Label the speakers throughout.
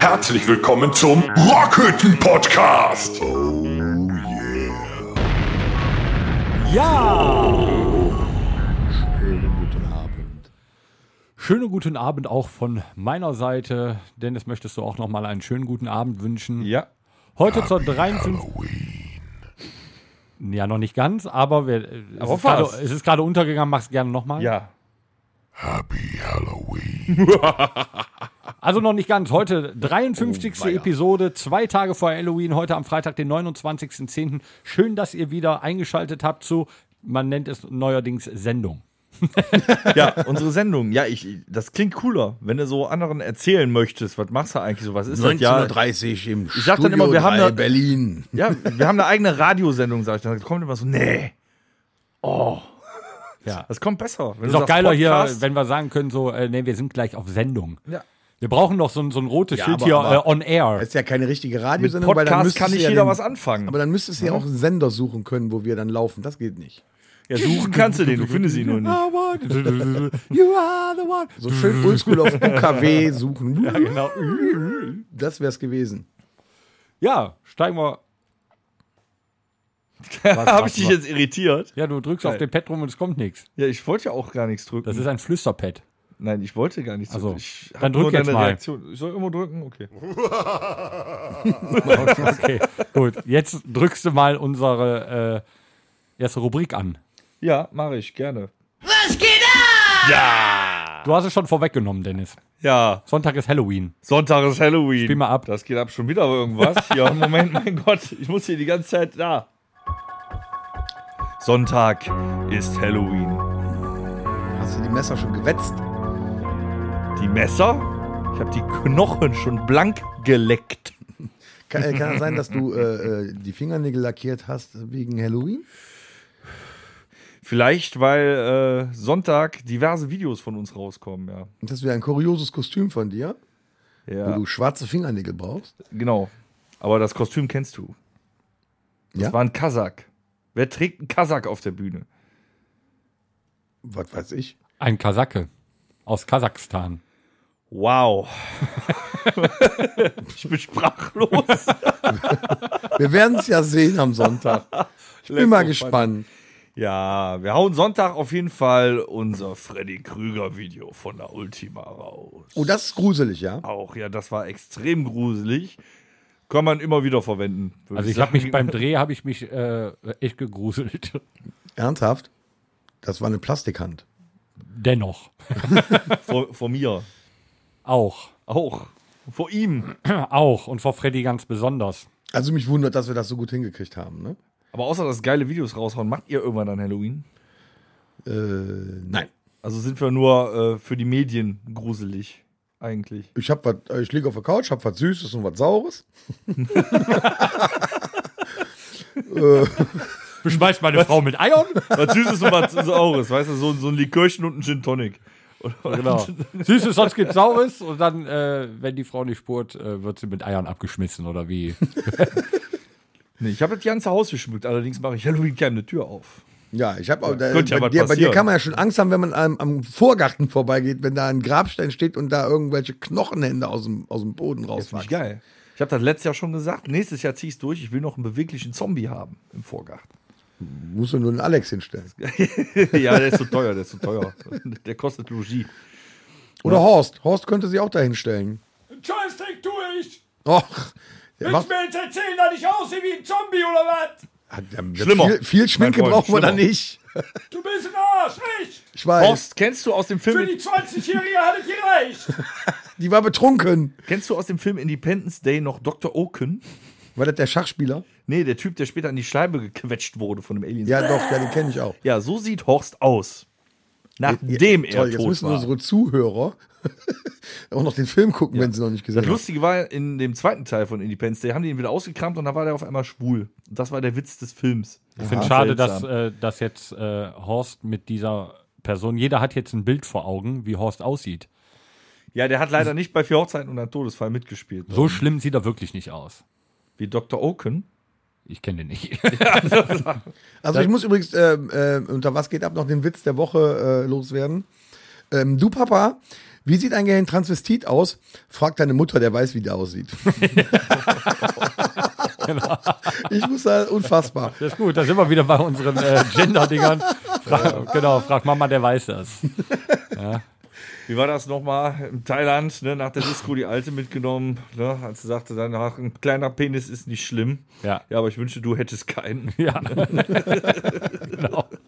Speaker 1: Herzlich willkommen zum Rockhütten Podcast. Oh
Speaker 2: Ja! Schönen guten Abend. Schönen guten Abend auch von meiner Seite. Dennis, möchtest du auch nochmal einen schönen guten Abend wünschen?
Speaker 3: Ja.
Speaker 2: Heute zur 53. Ja, noch nicht ganz, aber, wir, es,
Speaker 3: Aber
Speaker 2: ist gerade,
Speaker 3: fast.
Speaker 2: es ist gerade untergegangen, mach's gerne nochmal.
Speaker 3: Ja.
Speaker 1: Happy Halloween.
Speaker 2: Also noch nicht ganz. Heute 53.
Speaker 3: Oh,
Speaker 2: Episode, zwei Tage vor Halloween, heute am Freitag, den 29.10. Schön, dass ihr wieder eingeschaltet habt zu, man nennt es neuerdings Sendung.
Speaker 3: Ja, unsere Sendung. Ja, ich, das klingt cooler, wenn du so anderen erzählen möchtest. Was machst du eigentlich so? Was ist das? Ja,
Speaker 4: 1930 im ich
Speaker 3: sag dann immer, wir haben da-
Speaker 4: Berlin.
Speaker 3: ja, wir haben eine eigene Radiosendung, sag ich dann. Da kommt immer so, nee. Oh.
Speaker 2: Ja.
Speaker 3: Das kommt besser. Wenn
Speaker 2: Ist
Speaker 3: du
Speaker 2: auch
Speaker 3: sagst
Speaker 2: geiler
Speaker 3: Podcast,
Speaker 2: hier, wenn wir sagen können, so, äh, nee, wir sind gleich auf Sendung.
Speaker 3: Ja.
Speaker 2: Wir brauchen doch so ein, so ein rotes
Speaker 4: Ja,
Speaker 2: Schild
Speaker 4: aber-
Speaker 2: hier
Speaker 4: aber-
Speaker 2: äh, on air.
Speaker 4: Das ist ja keine richtige Radiosendung, weil dann
Speaker 3: Podcast
Speaker 4: müsstest
Speaker 3: kann
Speaker 4: du
Speaker 3: nicht
Speaker 4: ja
Speaker 3: jeder
Speaker 4: den,
Speaker 3: was anfangen. Mhm.
Speaker 4: Aber dann müsstest du ja auch einen Sender suchen können, wo wir dann laufen. Das geht nicht.
Speaker 3: ja, suchen kannst du den, du findest ihn nur
Speaker 2: Ah,
Speaker 3: nicht.
Speaker 2: you are the one.
Speaker 4: So
Speaker 3: Mhm.
Speaker 4: schön oldschool auf UKW suchen.
Speaker 2: Genau.
Speaker 4: Das wär's gewesen.
Speaker 2: Ja, steigen wir. Was,
Speaker 3: Habe
Speaker 2: was,
Speaker 3: ich dich
Speaker 2: was?
Speaker 3: jetzt irritiert?
Speaker 2: Ja, du drückst auf den Pad rum und es kommt nichts.
Speaker 3: Ja, ich wollte ja auch gar nichts drücken.
Speaker 2: Das ist ein Flüsterpad.
Speaker 3: Nein, ich wollte gar nichts
Speaker 2: Also,
Speaker 3: Ich
Speaker 2: dann
Speaker 3: hab
Speaker 2: drück
Speaker 3: nur
Speaker 2: jetzt
Speaker 3: deine
Speaker 2: mal.
Speaker 3: Reaktion. Ich soll immer drücken? Okay.
Speaker 2: Okay, gut. Jetzt drückst du mal unsere äh, erste Rubrik an.
Speaker 3: Ja, mache ich, gerne.
Speaker 2: Du hast es schon vorweggenommen, Dennis.
Speaker 3: Ja,
Speaker 2: Sonntag ist Halloween.
Speaker 3: Sonntag ist Halloween.
Speaker 2: Spiel mal ab.
Speaker 3: Das geht ab schon wieder irgendwas. Ja, Moment, mein Gott, ich muss hier die ganze Zeit da. Sonntag ist Halloween.
Speaker 4: Hast du die Messer schon gewetzt?
Speaker 3: Die Messer? Ich habe die Knochen schon blank geleckt.
Speaker 4: Kann, äh, kann das sein, dass du äh, äh, die Fingernägel lackiert hast wegen Halloween?
Speaker 3: Vielleicht, weil äh, Sonntag diverse Videos von uns rauskommen, ja.
Speaker 4: Und das wäre ein kurioses Kostüm von dir, wo
Speaker 3: Ja,
Speaker 4: du schwarze Fingernägel brauchst.
Speaker 3: genau. Aber das Kostüm kennst du. Das
Speaker 4: Ja?
Speaker 3: war ein Kasak. Wer trägt einen Kasak auf der Bühne?
Speaker 4: Was weiß ich.
Speaker 2: Ein Kasake aus Kasachstan.
Speaker 3: Wow. ich bin sprachlos.
Speaker 4: Wir werden es ja sehen am Sonntag. Ich bin mal gespannt.
Speaker 3: Ja, wir hauen Sonntag auf jeden Fall unser Freddy Krüger Video von der Ultima raus.
Speaker 4: Oh, das ist gruselig, ja?
Speaker 3: Auch ja, das war extrem gruselig. Kann man immer wieder verwenden. würd
Speaker 2: Also ich habe mich
Speaker 3: sagen.
Speaker 2: beim Dreh habe ich mich äh, echt gegruselt.
Speaker 4: Ernsthaft? Das war eine Plastikhand.
Speaker 2: Dennoch
Speaker 3: vor, vor mir
Speaker 2: auch
Speaker 3: auch vor ihm.
Speaker 2: auch und vor Freddy ganz besonders.
Speaker 4: Also mich wundert, dass wir das so gut hingekriegt haben, ne?
Speaker 3: Aber außer dass geile Videos raushauen, macht ihr irgendwann an Halloween?
Speaker 4: Äh, nein.
Speaker 3: Also sind wir nur äh, für die Medien gruselig eigentlich.
Speaker 4: Ich hab was, äh, ich liege auf der Couch, hab was Süßes und was Saures.
Speaker 2: Beschmeißt meine Frau mit Eiern?
Speaker 3: Was Süßes und was Saures, weißt du, so, so ein Likörchen und ein Gin Tonic. Oder-
Speaker 2: Genau. Süßes, sonst gibt's Saures. Und dann, äh, wenn die Frau nicht spurt, äh, wird sie mit Eiern abgeschmissen oder wie?
Speaker 3: Nee, ich habe das ganze Haus geschmückt, allerdings mache ich Halloween keine Tür auf.
Speaker 4: Ja, ich habe auch. Da,
Speaker 3: könnte ja
Speaker 4: bei,
Speaker 3: was
Speaker 4: dir, bei dir
Speaker 3: passieren.
Speaker 4: kann man ja schon Angst haben, wenn man am, am Vorgarten vorbeigeht, wenn da ein Grabstein steht und da irgendwelche Knochenhände aus dem, aus dem Boden
Speaker 3: Das finde ich
Speaker 4: rausfallen.
Speaker 3: geil. Ich habe das letztes Jahr schon gesagt. Nächstes Jahr ziehe ich es durch. Ich will noch einen beweglichen Zombie haben im Vorgarten.
Speaker 4: Musst du nur einen Alex hinstellen.
Speaker 3: ja, der ist zu teuer, der ist zu teuer. Der kostet Logis.
Speaker 4: Oder Horst. Horst könnte sich auch da hinstellen.
Speaker 2: Joystick tue ich!
Speaker 4: Och. Der macht,
Speaker 2: jetzt erzählen, dass ich aussehe wie ein Zombie oder was?
Speaker 4: hat, der- der
Speaker 3: Schlimmer.
Speaker 4: Viel, viel Schminke
Speaker 3: Mein Freund,
Speaker 4: brauchen wir da
Speaker 3: schlimmer.
Speaker 4: nicht.
Speaker 2: Du bist ein Arsch, echt!
Speaker 4: Ich weiß.
Speaker 3: Horst, kennst du aus dem Film?
Speaker 2: 20-Jährige hat es gereicht!
Speaker 4: Die war betrunken.
Speaker 3: Kennst du aus dem Film Independence Day noch Dr. Oaken?
Speaker 4: War das der Schachspieler?
Speaker 3: Nee, der Typ, der später in die Scheibe gequetscht wurde von dem Alien.
Speaker 4: Ja, doch, ja, den kenne ich auch.
Speaker 3: Ja, so sieht Horst aus. Nachdem
Speaker 4: Toll,
Speaker 3: er
Speaker 4: jetzt
Speaker 3: tot
Speaker 4: müssen
Speaker 3: war.
Speaker 4: unsere Zuhörer auch noch den Film gucken, wenn sie noch nicht gesehen
Speaker 3: Das
Speaker 4: haben.
Speaker 3: Lustige war, in dem zweiten Teil von Independence Day haben die ihn wieder ausgekramt und da war der auf einmal schwul. Und das war der Witz des Films.
Speaker 2: Ich finde schade, dass, äh, dass jetzt äh, Horst mit dieser Person, jeder hat jetzt ein Bild vor Augen, wie Horst aussieht.
Speaker 3: Ja, der hat leider nicht bei Vier Hochzeiten und einem Todesfall mitgespielt.
Speaker 2: So schlimm sieht er wirklich nicht aus.
Speaker 3: Wie Dr. Oaken.
Speaker 2: Ich kenne den nicht.
Speaker 4: ähm, Also ich muss übrigens ähm, äh, unter was geht ab noch den Witz der Woche äh, loswerden. Ähm, du Papa, wie sieht eigentlich ein Transvestit aus? Fragt deine Mutter, der weiß, wie der aussieht. Ich muss sagen, unfassbar.
Speaker 2: Das ist gut, da sind wir wieder bei unseren äh, Gender-Dingern. Frag, genau, frag Mama, der weiß das.
Speaker 3: Wie war das nochmal in Thailand, ne, nach der Disco die Alte mitgenommen, ne, als sie sagte danach, ein kleiner Penis ist nicht schlimm.
Speaker 2: Ja.
Speaker 3: Ja, aber ich wünschte, du hättest keinen.
Speaker 2: Ja. genau.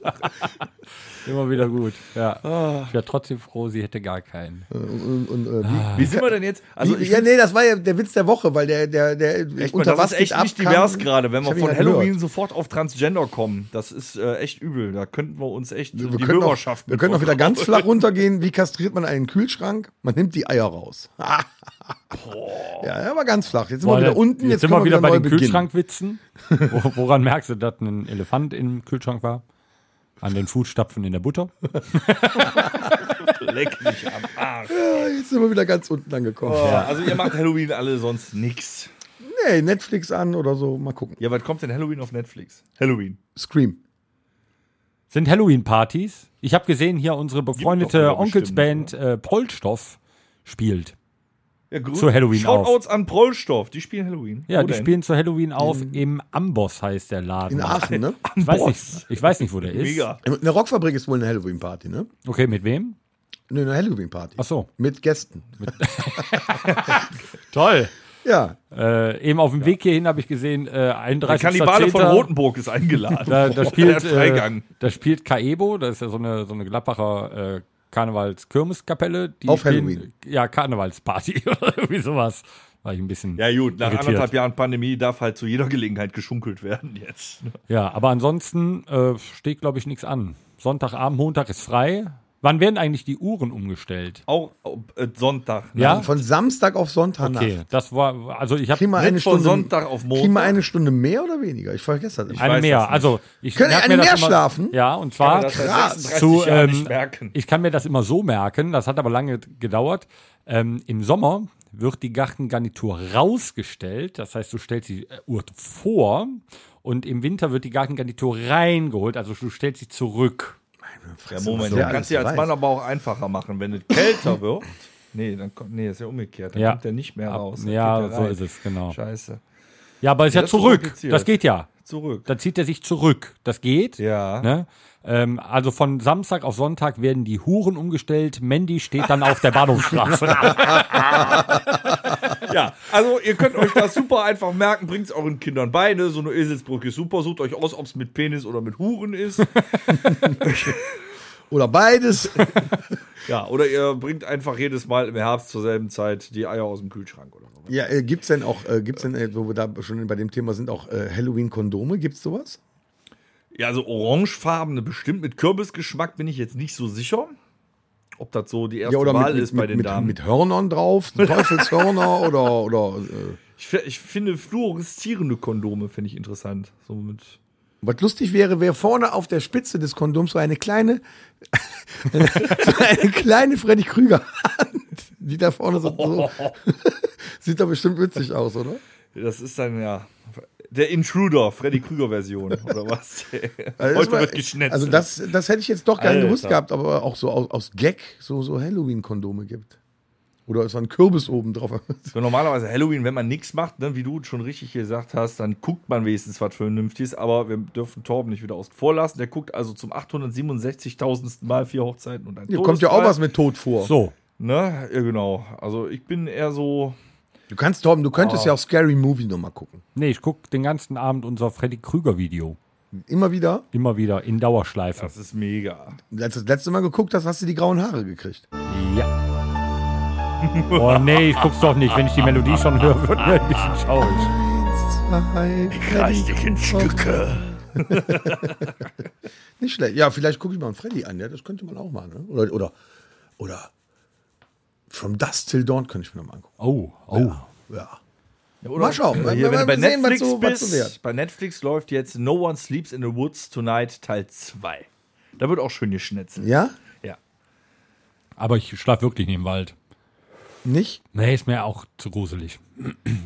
Speaker 2: Immer wieder gut. Ja. Ich wäre trotzdem froh, sie hätte gar keinen.
Speaker 4: Und, und, äh, wie,
Speaker 2: Ah.
Speaker 3: Wie sind wir denn jetzt? Also
Speaker 4: wie,
Speaker 3: ich
Speaker 4: ja, nee, das war ja der Witz der Woche, weil der, der, der
Speaker 3: Guck mal,
Speaker 4: unter
Speaker 3: das
Speaker 4: was
Speaker 3: ist echt
Speaker 4: geht
Speaker 3: nicht
Speaker 4: ab kam-
Speaker 3: divers gerade, wenn
Speaker 4: Ich
Speaker 3: wir
Speaker 4: hab ihn
Speaker 3: von
Speaker 4: gerade
Speaker 3: Halloween
Speaker 4: gehört.
Speaker 3: sofort auf Transgender kommen. Das ist äh, echt übel. Da könnten wir uns echt
Speaker 4: Wir
Speaker 3: die
Speaker 4: können, auch,
Speaker 3: Bürgerschaft
Speaker 4: wir können auch
Speaker 3: mit
Speaker 4: wieder ganz flach runtergehen. Wie kastriert man einen Kühlschrank? Man nimmt die Eier raus. ja, ja, aber ganz flach. Jetzt sind wir wieder unten.
Speaker 2: jetzt,
Speaker 4: Jetzt,
Speaker 2: sind
Speaker 4: können
Speaker 2: wir wieder bei
Speaker 4: neu
Speaker 2: den
Speaker 4: beginnen.
Speaker 2: Kühlschrankwitzen. Wo- Woran merkst du, dass ein Elefant im Kühlschrank war? An den Fußstapfen in der Butter.
Speaker 3: Leck mich am Arsch.
Speaker 4: Ja, Ah, Jetzt sind wir wieder ganz unten angekommen.
Speaker 3: Ja. Also ihr macht Halloween alle sonst nix.
Speaker 4: Nee, Netflix an oder so. Mal gucken.
Speaker 3: Ja, was kommt denn Halloween auf Netflix? Halloween.
Speaker 4: Scream.
Speaker 2: Sind Halloween-Partys. Ich habe gesehen, hier unsere
Speaker 3: doch
Speaker 2: befreundete
Speaker 3: wieder
Speaker 2: Onkelsband äh, Polstoff spielt.
Speaker 3: Ja, gut.
Speaker 2: Zu Halloween
Speaker 3: Shoutouts an Prolstoff, die spielen Halloween.
Speaker 2: Ja,
Speaker 3: Wo
Speaker 2: die
Speaker 3: denn?
Speaker 2: spielen zu Halloween auf. Im Amboss heißt der Laden.
Speaker 4: In Aachen, ne?
Speaker 2: ich, weiß
Speaker 3: Amboss.
Speaker 2: nicht, ich weiß nicht, wo der ist.
Speaker 3: Mega.
Speaker 4: In der Rockfabrik ist wohl eine Halloween-Party, ne?
Speaker 2: Okay, mit wem?
Speaker 4: Ne, eine Halloween-Party.
Speaker 2: Ach so.
Speaker 4: Mit Gästen.
Speaker 2: Toll.
Speaker 4: Ja.
Speaker 2: Äh, eben auf dem Weg hierhin habe ich gesehen, äh, 31.
Speaker 3: Kannibale von Rotenburg ist eingeladen.
Speaker 2: Da, da,
Speaker 3: Der
Speaker 2: spielt,
Speaker 3: hat Freigang.
Speaker 2: äh, da spielt Kaebo, das ist ja so eine, so eine Gladbacher äh, Karnevals-Kirmeskapelle. die
Speaker 4: Auf
Speaker 2: den-
Speaker 4: Halloween.
Speaker 2: Ja, Karnevalsparty oder irgendwie sowas. War ich ein bisschen.
Speaker 3: äh, ja gut, nach
Speaker 2: irritiert.
Speaker 3: anderthalb Jahren Pandemie darf halt zu jeder Gelegenheit geschunkelt werden jetzt.
Speaker 2: Ja, aber ansonsten äh, steht, glaube ich, nichts an. Sonntagabend, Montag ist frei. Wann werden eigentlich die Uhren umgestellt?
Speaker 3: Auch äh, Sonntag. ne?
Speaker 2: Ja,
Speaker 4: Von Samstag auf Sonntag.
Speaker 2: okay. Das war, also ich habe
Speaker 4: Kriegen wir
Speaker 3: Nicht
Speaker 4: eine
Speaker 3: von
Speaker 4: Stunde,
Speaker 3: Sonntag auf Montag?
Speaker 4: Kriegen wir eine Stunde mehr oder weniger? Ich vergesse
Speaker 2: eine
Speaker 4: das
Speaker 3: weiß das
Speaker 2: mehr.
Speaker 3: nicht.
Speaker 2: Also ich
Speaker 4: Können
Speaker 2: merk mir
Speaker 4: eine
Speaker 2: das
Speaker 4: mehr
Speaker 2: immer-
Speaker 4: schlafen?
Speaker 2: Ja, und zwar
Speaker 3: das seit 36
Speaker 2: zu,
Speaker 3: Jahren nicht
Speaker 2: ähm,
Speaker 3: merken.
Speaker 2: Ich kann mir das immer so merken, das hat aber lange gedauert. Ähm, Im Sommer wird die Gartengarnitur rausgestellt, das heißt, du stellst die äh, Uhr vor und im Winter wird die Gartengarnitur reingeholt, also du stellst sie zurück.
Speaker 3: Ja, Moment,
Speaker 4: der
Speaker 3: du kannst
Speaker 4: alles
Speaker 3: dir als
Speaker 4: weiß.
Speaker 3: Mann aber auch einfacher machen, wenn es kälter wird. Nee, dann kommt, nee, ist ja umgekehrt. Dann
Speaker 2: Ja.
Speaker 3: kommt der nicht mehr
Speaker 2: Ab-
Speaker 3: raus. dann
Speaker 2: ja,
Speaker 3: geht der
Speaker 2: so
Speaker 3: rein.
Speaker 2: ist es, genau.
Speaker 3: Scheiße.
Speaker 2: Ja, aber ist ja
Speaker 3: das ist
Speaker 2: zurück,
Speaker 3: kompliziert.
Speaker 2: das geht ja.
Speaker 3: Zurück.
Speaker 2: Dann zieht er sich zurück, das geht.
Speaker 3: Ja.
Speaker 2: Ne? Ähm, also von Samstag auf Sonntag werden die Huren umgestellt, Mandy steht dann auf der Bahnhofstraße.
Speaker 3: Ja, also ihr könnt euch das super einfach merken, bringt es euren Kindern bei. Ne? So eine Eselsbrücke ist super. Sucht euch aus, ob es mit Penis oder mit Huren ist.
Speaker 4: Oder beides.
Speaker 3: Ja, oder ihr bringt einfach jedes Mal im Herbst zur selben Zeit die Eier aus dem Kühlschrank oder so.
Speaker 4: Ja, äh, gibt's denn auch, äh, gibt's denn, äh, wo wir da schon bei dem Thema sind, auch äh, Halloween-Kondome? Gibt's sowas?
Speaker 3: Ja, also orangefarbene bestimmt mit Kürbisgeschmack bin ich jetzt nicht so sicher, ob das so die erste
Speaker 4: ja, oder
Speaker 3: Wahl
Speaker 4: mit,
Speaker 3: ist
Speaker 4: mit,
Speaker 3: bei den
Speaker 4: mit,
Speaker 3: Damen.
Speaker 4: mit Hörnern drauf, Teufelshörner oder, oder äh,
Speaker 3: Ich, fi- ich finde fluoreszierende Kondome finde ich interessant. So mit
Speaker 4: was lustig wäre, wäre vorne auf der Spitze des Kondoms so eine kleine, so eine kleine Freddy Krüger Hand, die da vorne so, so sieht doch bestimmt witzig aus, oder?
Speaker 3: das ist dann ja der Intruder, Freddy Krüger Version oder was?
Speaker 4: Also das
Speaker 3: Heute
Speaker 4: war-
Speaker 3: wird geschnetzt.
Speaker 4: Also das, das hätte ich jetzt doch gerne
Speaker 3: Alter.
Speaker 4: gewusst gehabt, aber auch so aus, aus Gag so, so Halloween-Kondome gibt. Oder es war ein Kürbis oben drauf.
Speaker 3: so normalerweise Halloween, wenn man nichts macht, ne, wie du schon richtig gesagt hast, dann guckt man wenigstens was Vernünftiges, aber wir dürfen Torben nicht wieder außen vor lassen. Der guckt also zum 867.000. Mal vier Hochzeiten und ein
Speaker 4: Hier kommt ja auch
Speaker 3: Todesfall.
Speaker 4: was mit Tod vor.
Speaker 2: so.
Speaker 3: Ne? Ja, genau. Also ich bin eher so.
Speaker 4: Du kannst, Tom, du könntest
Speaker 3: Ah.
Speaker 4: ja auch Scary Movie nochmal gucken.
Speaker 2: Nee, ich gucke den ganzen Abend unser Freddy Krüger-Video.
Speaker 4: Immer wieder.
Speaker 2: Immer wieder in Dauerschleife.
Speaker 3: Das ist mega.
Speaker 4: Als du das letzte Mal geguckt hast, hast du die grauen Haare gekriegt.
Speaker 2: Ja. Oh nee, ich guck's doch nicht. Wenn ich die Melodie schon höre, wird mir ein bisschen schaurig.
Speaker 4: Kreis
Speaker 3: dich in Stücke.
Speaker 4: Nicht schlecht. Ja, vielleicht gucke ich mal einen Freddy an. Ja, das könnte man auch machen. Ne? Oder, oder, oder From Dust Till Dawn könnte ich mir nochmal angucken.
Speaker 2: Oh, oh.
Speaker 4: Ja.
Speaker 3: Oder
Speaker 4: Mal schauen.
Speaker 3: Oder Hier, wenn du
Speaker 4: Mal-
Speaker 3: bei
Speaker 4: mal sehen, was
Speaker 3: Netflix
Speaker 4: so- was so
Speaker 3: bist,
Speaker 4: wert.
Speaker 3: bei Netflix läuft jetzt No One Sleeps in the Woods Tonight Teil 2. Da wird auch schön geschnetzelt.
Speaker 4: Ja?
Speaker 3: Ja.
Speaker 2: Aber ich schlaf wirklich nicht im Wald.
Speaker 4: Nicht?
Speaker 2: Nee, ist mir auch zu gruselig.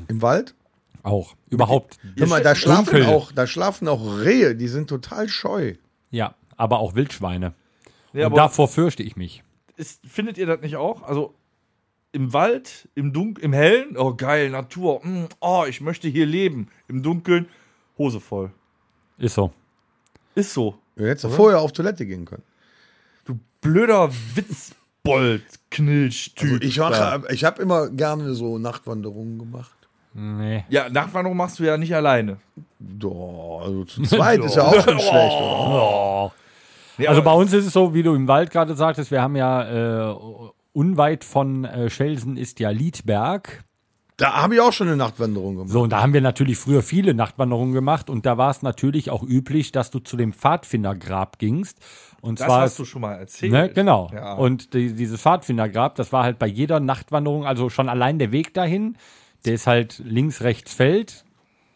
Speaker 4: Im Wald?
Speaker 2: Auch. Überhaupt.
Speaker 4: Hör mal, da schlafen,
Speaker 2: dunkel.
Speaker 4: auch, da schlafen auch Rehe, die sind total scheu.
Speaker 2: Ja, aber auch Wildschweine.
Speaker 3: Ja,
Speaker 2: Und
Speaker 3: aber
Speaker 2: davor fürchte ich mich.
Speaker 3: Ist, findet ihr das nicht auch? Also im Wald, im Dunkeln, im Hellen, oh geil, Natur, mm, oh, ich möchte hier leben. Im Dunkeln, Hose voll.
Speaker 2: Ist so.
Speaker 3: Ist so.
Speaker 4: Du hättest doch vorher auf Toilette gehen können.
Speaker 3: Blöder Witzbold, Knilch-Typ.
Speaker 4: Also ich
Speaker 3: da.
Speaker 4: mache, ich habe immer gerne so Nachtwanderungen gemacht.
Speaker 2: Nee.
Speaker 3: ja, Nachwanderung machst du ja nicht alleine.
Speaker 4: Doch, also zu zweit ist ja auch schon schlecht.
Speaker 2: Oh.
Speaker 4: Oder?
Speaker 3: Nee,
Speaker 2: Also bei
Speaker 3: aber-
Speaker 2: uns ist es so, wie du im Wald gerade sagtest, wir haben ja äh, unweit von äh, Schelsen ist ja Liedberg.
Speaker 4: Da habe ich auch schon eine Nachtwanderung gemacht.
Speaker 2: So, und da haben wir natürlich früher viele Nachtwanderungen gemacht und da war es natürlich auch üblich, dass du zu dem Pfadfindergrab gingst. Und
Speaker 3: das
Speaker 2: zwar
Speaker 3: hast du schon mal erzählt.
Speaker 2: Ne, genau.
Speaker 3: Ja.
Speaker 2: Und die, dieses Pfadfindergrab, das war halt bei jeder Nachtwanderung, also schon allein der Weg dahin, der ist halt links, rechts Feld,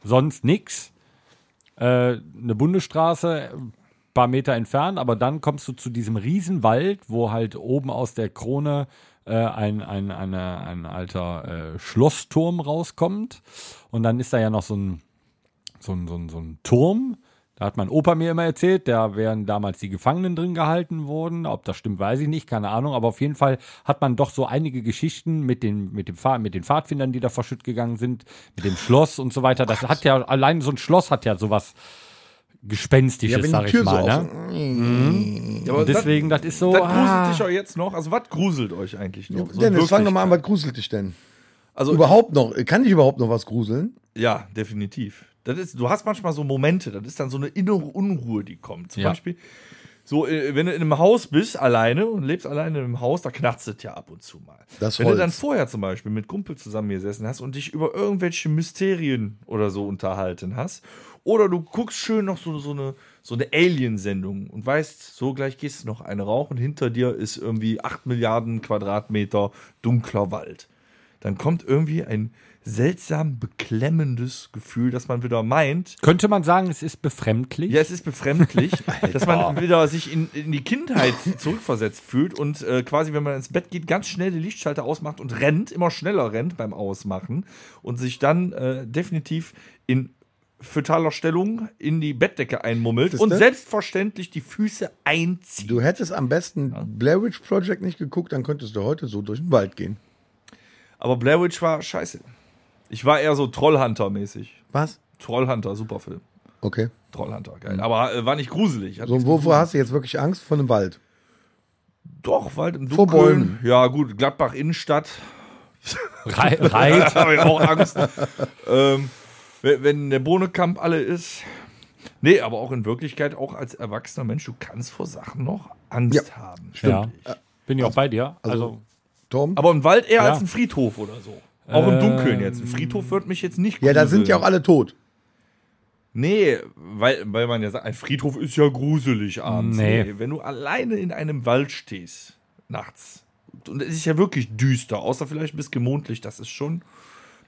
Speaker 2: sonst nix. Äh, eine Bundesstraße, ein paar Meter entfernt, aber dann kommst du zu diesem Riesenwald, wo halt oben aus der Krone äh, ein, ein, eine, ein alter äh, Schlossturm rauskommt. Und dann ist da ja noch so ein so ein, so ein, so ein Turm. Da hat mein Opa mir immer erzählt, da wären damals die Gefangenen drin gehalten worden. Ob das stimmt, weiß ich nicht, keine Ahnung. Aber auf jeden Fall hat man doch so einige Geschichten mit den, mit dem Pfad, mit den Pfadfindern, die da verschütt gegangen sind, mit dem Schloss und so weiter. Das hat ja, allein so ein Schloss hat ja sowas
Speaker 4: Ja,
Speaker 2: Gespenstisches,
Speaker 4: wenn
Speaker 2: sag
Speaker 4: die
Speaker 2: ich
Speaker 4: Tür so
Speaker 2: mal.
Speaker 4: auf. Mhm.
Speaker 2: ne?
Speaker 3: Ja, aber
Speaker 2: Und deswegen, das ist so.
Speaker 3: Das gruselt
Speaker 2: ah.
Speaker 3: dich auch jetzt noch. Also, was gruselt euch eigentlich noch? So
Speaker 4: Dennis, fang doch
Speaker 3: wirklich-
Speaker 4: mal an, was gruselt dich denn?
Speaker 3: Also,
Speaker 4: Überhaupt noch, kann dich überhaupt noch was gruseln?
Speaker 3: ja, definitiv. Das ist, du hast manchmal so Momente, das ist dann so eine innere Unruhe, die kommt. Zum
Speaker 2: Ja.
Speaker 3: Beispiel, so, äh, wenn du in einem Haus bist, alleine und lebst alleine im Haus, da knarzt es ja ab und zu mal.
Speaker 4: Das
Speaker 3: wenn du
Speaker 4: Holz.
Speaker 3: dann vorher zum Beispiel mit Kumpel zusammengesessen hast und dich über irgendwelche Mysterien oder so unterhalten hast, oder du guckst schön noch so, so eine, so eine Alien-Sendung und weißt, so gleich gehst du noch eine rauchen, hinter dir ist irgendwie 8 Milliarden Quadratmeter dunkler Wald. Dann kommt irgendwie ein seltsam beklemmendes Gefühl, dass man wieder meint,
Speaker 2: Könnte man sagen, es ist befremdlich?
Speaker 3: ja, es ist befremdlich, dass man wieder sich in, in die Kindheit zurückversetzt fühlt und äh, quasi, wenn man ins Bett geht, ganz schnell den Lichtschalter ausmacht und rennt, immer schneller rennt beim Ausmachen und sich dann äh, definitiv in fötaler Stellung in die Bettdecke einmummelt
Speaker 4: Siehste?
Speaker 3: und selbstverständlich die Füße einzieht.
Speaker 4: Du hättest am besten Blair Witch Project nicht geguckt, dann könntest du heute so durch den Wald gehen.
Speaker 3: Aber Blair Witch war scheiße. Ich war eher so Trollhunter-mäßig.
Speaker 4: Was?
Speaker 3: Trollhunter, super Film.
Speaker 4: Okay.
Speaker 3: Trollhunter, geil. Aber äh, war nicht gruselig. Hat
Speaker 4: Mhm. So, und wovor hast du jetzt wirklich Angst? Von dem Wald.
Speaker 3: Doch, Wald im
Speaker 4: Vor
Speaker 3: Dunkeln.
Speaker 4: Bäumen.
Speaker 3: Ja, gut, Gladbach Innenstadt.
Speaker 2: Rei- Reit.
Speaker 3: Da habe ich auch Angst. ähm, wenn wenn der Bohnekamp alle ist. Nee, aber auch in Wirklichkeit, auch als erwachsener Mensch, du kannst vor Sachen noch Angst haben.
Speaker 2: ja.
Speaker 3: Stimmt.
Speaker 2: Bin ich auch bei dir. also
Speaker 4: Tom?
Speaker 3: Aber im Wald eher
Speaker 2: Ja. Ähm,
Speaker 3: als ein Friedhof oder so. Auch im Dunkeln jetzt. Ein Friedhof wird mich jetzt nicht
Speaker 4: ja, da
Speaker 3: gruseln.
Speaker 4: sind ja auch alle tot.
Speaker 3: Nee, weil, weil man ja sagt, ein Friedhof ist ja gruselig abends.
Speaker 2: Nee.
Speaker 3: Wenn du alleine in einem Wald stehst, nachts, und es ist ja wirklich düster, außer vielleicht bis gemondlich, das ist schon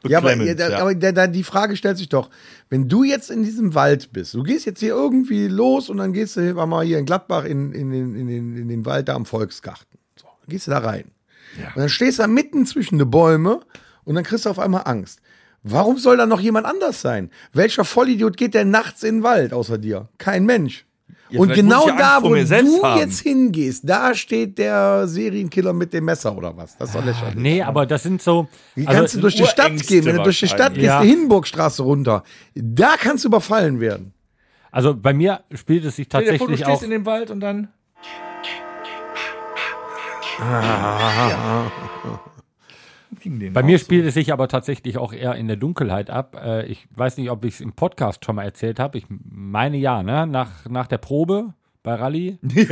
Speaker 4: Ja, aber,
Speaker 3: beklemmend.
Speaker 4: ja, da, aber da, da, die Frage stellt sich doch, wenn du jetzt in diesem Wald bist, du gehst jetzt hier irgendwie los und dann gehst du warte mal hier in Gladbach in, in, den- in, den- in den Wald da am Volksgarten. So, dann gehst du da rein. Und dann stehst du da mitten zwischen den Bäume und dann kriegst du auf einmal Angst. Warum soll da noch jemand anders sein? Welcher Vollidiot geht denn nachts in den Wald außer dir? Kein Mensch.
Speaker 3: Ja,
Speaker 4: und
Speaker 3: vielleicht
Speaker 4: genau
Speaker 3: muss ich ja
Speaker 4: da,
Speaker 3: Angst vor
Speaker 4: wo
Speaker 3: mir
Speaker 4: du
Speaker 3: selbst haben.
Speaker 4: jetzt hingehst, da steht der Serienkiller mit dem Messer oder was. Das ist doch
Speaker 3: Ah,
Speaker 4: lächerlich.
Speaker 2: nee, aber das sind so. also
Speaker 4: Wie kannst du durch die Stadt
Speaker 3: Urängste
Speaker 4: gehen? Wenn du durch die Stadt
Speaker 3: wahrscheinlich.
Speaker 4: gehst,
Speaker 2: Ja.
Speaker 4: die Hindenburgstraße runter, da kannst du überfallen werden.
Speaker 2: Also bei mir spielt es sich
Speaker 3: Stell dir vor, du
Speaker 2: tatsächlich
Speaker 3: stehst
Speaker 2: auch.
Speaker 3: in dem Wald und dann. Ah. Ja. Ging denen
Speaker 2: Bei mir
Speaker 3: auch so.
Speaker 2: spielt es sich aber tatsächlich auch eher in der Dunkelheit ab. Äh, Ich weiß nicht, ob ich es im Podcast schon mal erzählt habe. Ich meine ja, ne? Nach, nach der Probe bei Rallye.
Speaker 3: ja,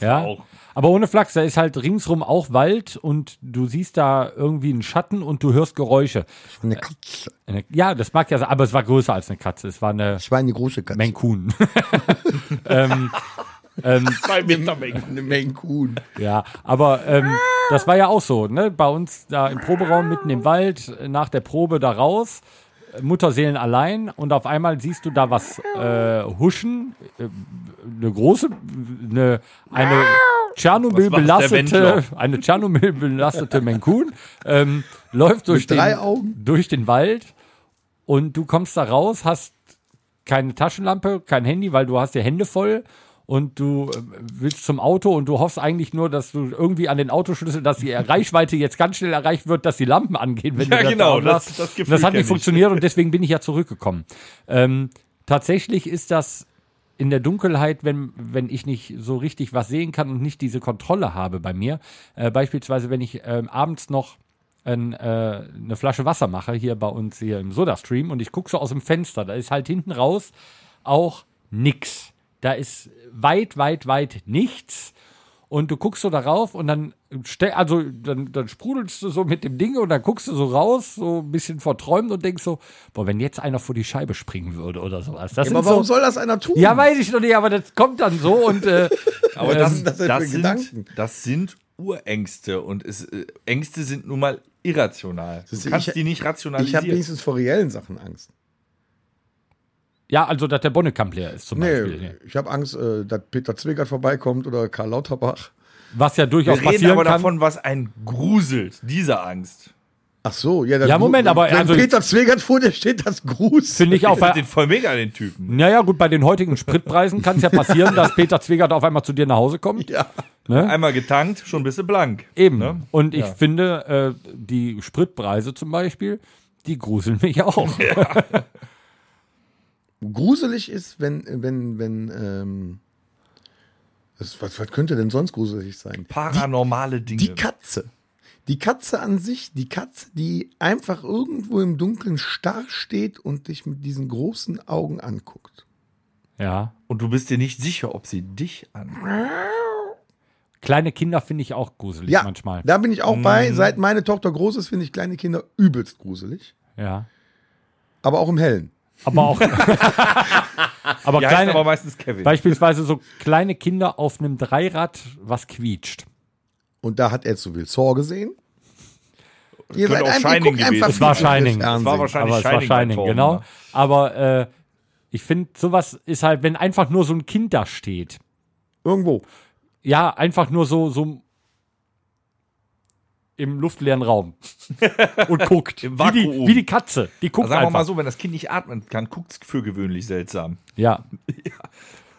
Speaker 2: Ja.
Speaker 3: war auch.
Speaker 2: Aber ohne Flachs, da ist halt ringsrum auch Wald und du siehst da irgendwie einen Schatten und du hörst Geräusche.
Speaker 4: Eine Katze.
Speaker 2: Eine- Ja, das mag ja sein, aber es war größer als eine Katze. Es war eine
Speaker 4: Ich war eine große Katze.
Speaker 2: Menkun. ähm, ähm,
Speaker 3: Zwei Meter weg.
Speaker 4: eine Menkun.
Speaker 2: Ja, aber ähm, das war ja auch so, ne? Bei uns da im Proberaum mitten im Wald, nach der Probe da raus, Mutterseelen allein und auf einmal siehst du da was äh, huschen, äh, eine große, eine, eine Tschernobyl
Speaker 3: Was macht der
Speaker 2: belastete, eine Tschernobyl belastete Menkun ähm, läuft durch den,
Speaker 4: drei Augen?
Speaker 2: durch den Wald und du kommst da raus, hast keine Taschenlampe, kein Handy, weil du hast die Hände voll und du äh, willst zum Auto und du hoffst eigentlich nur, dass du irgendwie an den Autoschlüssel, dass die Reichweite jetzt ganz schnell erreicht wird, dass die Lampen angehen, wenn
Speaker 3: Ja,
Speaker 2: du das
Speaker 3: genau,
Speaker 2: Auto hast.
Speaker 3: das- das Gefühl
Speaker 2: Und das hat
Speaker 3: kenn
Speaker 2: nicht
Speaker 3: ich.
Speaker 2: funktioniert und deswegen bin ich ja zurückgekommen. Ähm, tatsächlich ist das in der Dunkelheit, wenn, wenn ich nicht so richtig was sehen kann und nicht diese Kontrolle habe bei mir, äh, beispielsweise wenn ich ähm, abends noch ein, äh, eine Flasche Wasser mache, hier bei uns hier im Soda-Stream und ich gucke so aus dem Fenster, da ist halt hinten raus auch nix. Da ist weit, weit, weit nichts. Und du guckst so darauf und dann, ste- also dann, dann sprudelst du so mit dem Ding und dann guckst du so raus, so ein bisschen verträumt und denkst so, boah, wenn jetzt einer vor die Scheibe springen würde oder sowas. Das sind
Speaker 4: Aber warum
Speaker 2: so,
Speaker 4: soll das einer tun?
Speaker 2: ja, weiß ich noch nicht, aber das kommt dann so und äh,
Speaker 3: Aber das,
Speaker 4: das
Speaker 3: ähm, das,
Speaker 4: sind für Gedanken?
Speaker 3: sind, das sind Urängste und es, äh, Ängste sind nun mal irrational.
Speaker 4: Siehst
Speaker 3: Du
Speaker 4: du,
Speaker 3: kannst
Speaker 4: ich-
Speaker 3: die nicht
Speaker 4: ich habe
Speaker 3: rationalisieren.
Speaker 4: wenigstens vor reellen Sachen Angst.
Speaker 2: ja, also dass der Bonnekamp leer ist zum Beispiel. ne?
Speaker 4: Nee, ich habe Angst, äh, dass Peter Zwegert vorbeikommt oder Karl Lauterbach.
Speaker 2: Was ja durchaus
Speaker 3: Wir reden
Speaker 2: passieren
Speaker 3: aber
Speaker 2: kann.
Speaker 3: davon, was einen gruselt, diese Angst.
Speaker 4: Ach so, ja. Dann,
Speaker 2: Ja, Moment, aber
Speaker 4: Wenn
Speaker 2: also-
Speaker 4: Peter Zwegert vor dir steht, das Gruß.
Speaker 2: Finde ich auch.
Speaker 3: Ich finde
Speaker 2: Bei,
Speaker 3: den voll mega, den Typen.
Speaker 2: naja, gut, bei den heutigen Spritpreisen kann es ja passieren, dass Peter Zwegert auf einmal zu dir nach Hause kommt.
Speaker 4: Ja.
Speaker 2: Ne?
Speaker 3: Einmal getankt, schon ein bisschen blank.
Speaker 2: Eben.
Speaker 3: Ne?
Speaker 2: Und ich finde, äh, die Spritpreise zum Beispiel, die gruseln mich auch.
Speaker 4: Gruselig ist, wenn, wenn, wenn, ähm, das, was, was könnte denn sonst gruselig sein?
Speaker 3: Paranormale Dinge.
Speaker 4: Die Katze. Die Katze an sich, die Katze, die einfach irgendwo im Dunkeln starr steht und dich mit diesen großen Augen anguckt.
Speaker 2: ja.
Speaker 3: und du bist dir nicht sicher, ob sie dich an.
Speaker 2: Kleine Kinder finde ich auch gruselig
Speaker 4: Ja,
Speaker 2: manchmal.
Speaker 4: da bin ich auch bei. Seit meine Tochter groß ist, finde ich kleine Kinder übelst gruselig.
Speaker 2: Ja.
Speaker 4: Aber auch im Hellen.
Speaker 2: Aber auch. aber
Speaker 3: Die heißt
Speaker 2: kleine,
Speaker 3: aber meistens Kevin.
Speaker 2: beispielsweise so kleine Kinder auf einem Dreirad, was quietscht.
Speaker 4: Und da hat er zu viel Saw gesehen. Ihr
Speaker 3: Könnte auch
Speaker 4: einfach- ihr
Speaker 3: Shining gewesen
Speaker 4: guckt
Speaker 3: sein.
Speaker 4: viel
Speaker 2: Es war
Speaker 4: zu viel
Speaker 2: Shining. Es war
Speaker 4: Fernsehen.
Speaker 3: war wahrscheinlich
Speaker 2: aber es war
Speaker 3: Shining beim
Speaker 2: Shining,
Speaker 3: Torben,
Speaker 2: genau.
Speaker 3: ne?
Speaker 2: Aber äh, ich finde, sowas ist halt, wenn einfach nur so ein Kind da steht.
Speaker 4: Irgendwo.
Speaker 2: Ja, einfach nur so, so im luftleeren Raum und guckt.
Speaker 3: Im
Speaker 2: wie, die,
Speaker 3: Vakuum.
Speaker 2: wie die Katze. Die guckt
Speaker 3: Also sagen wir
Speaker 2: einfach.
Speaker 3: mal so, wenn das Kind nicht atmen kann, guckt es für gewöhnlich seltsam.
Speaker 2: Ja.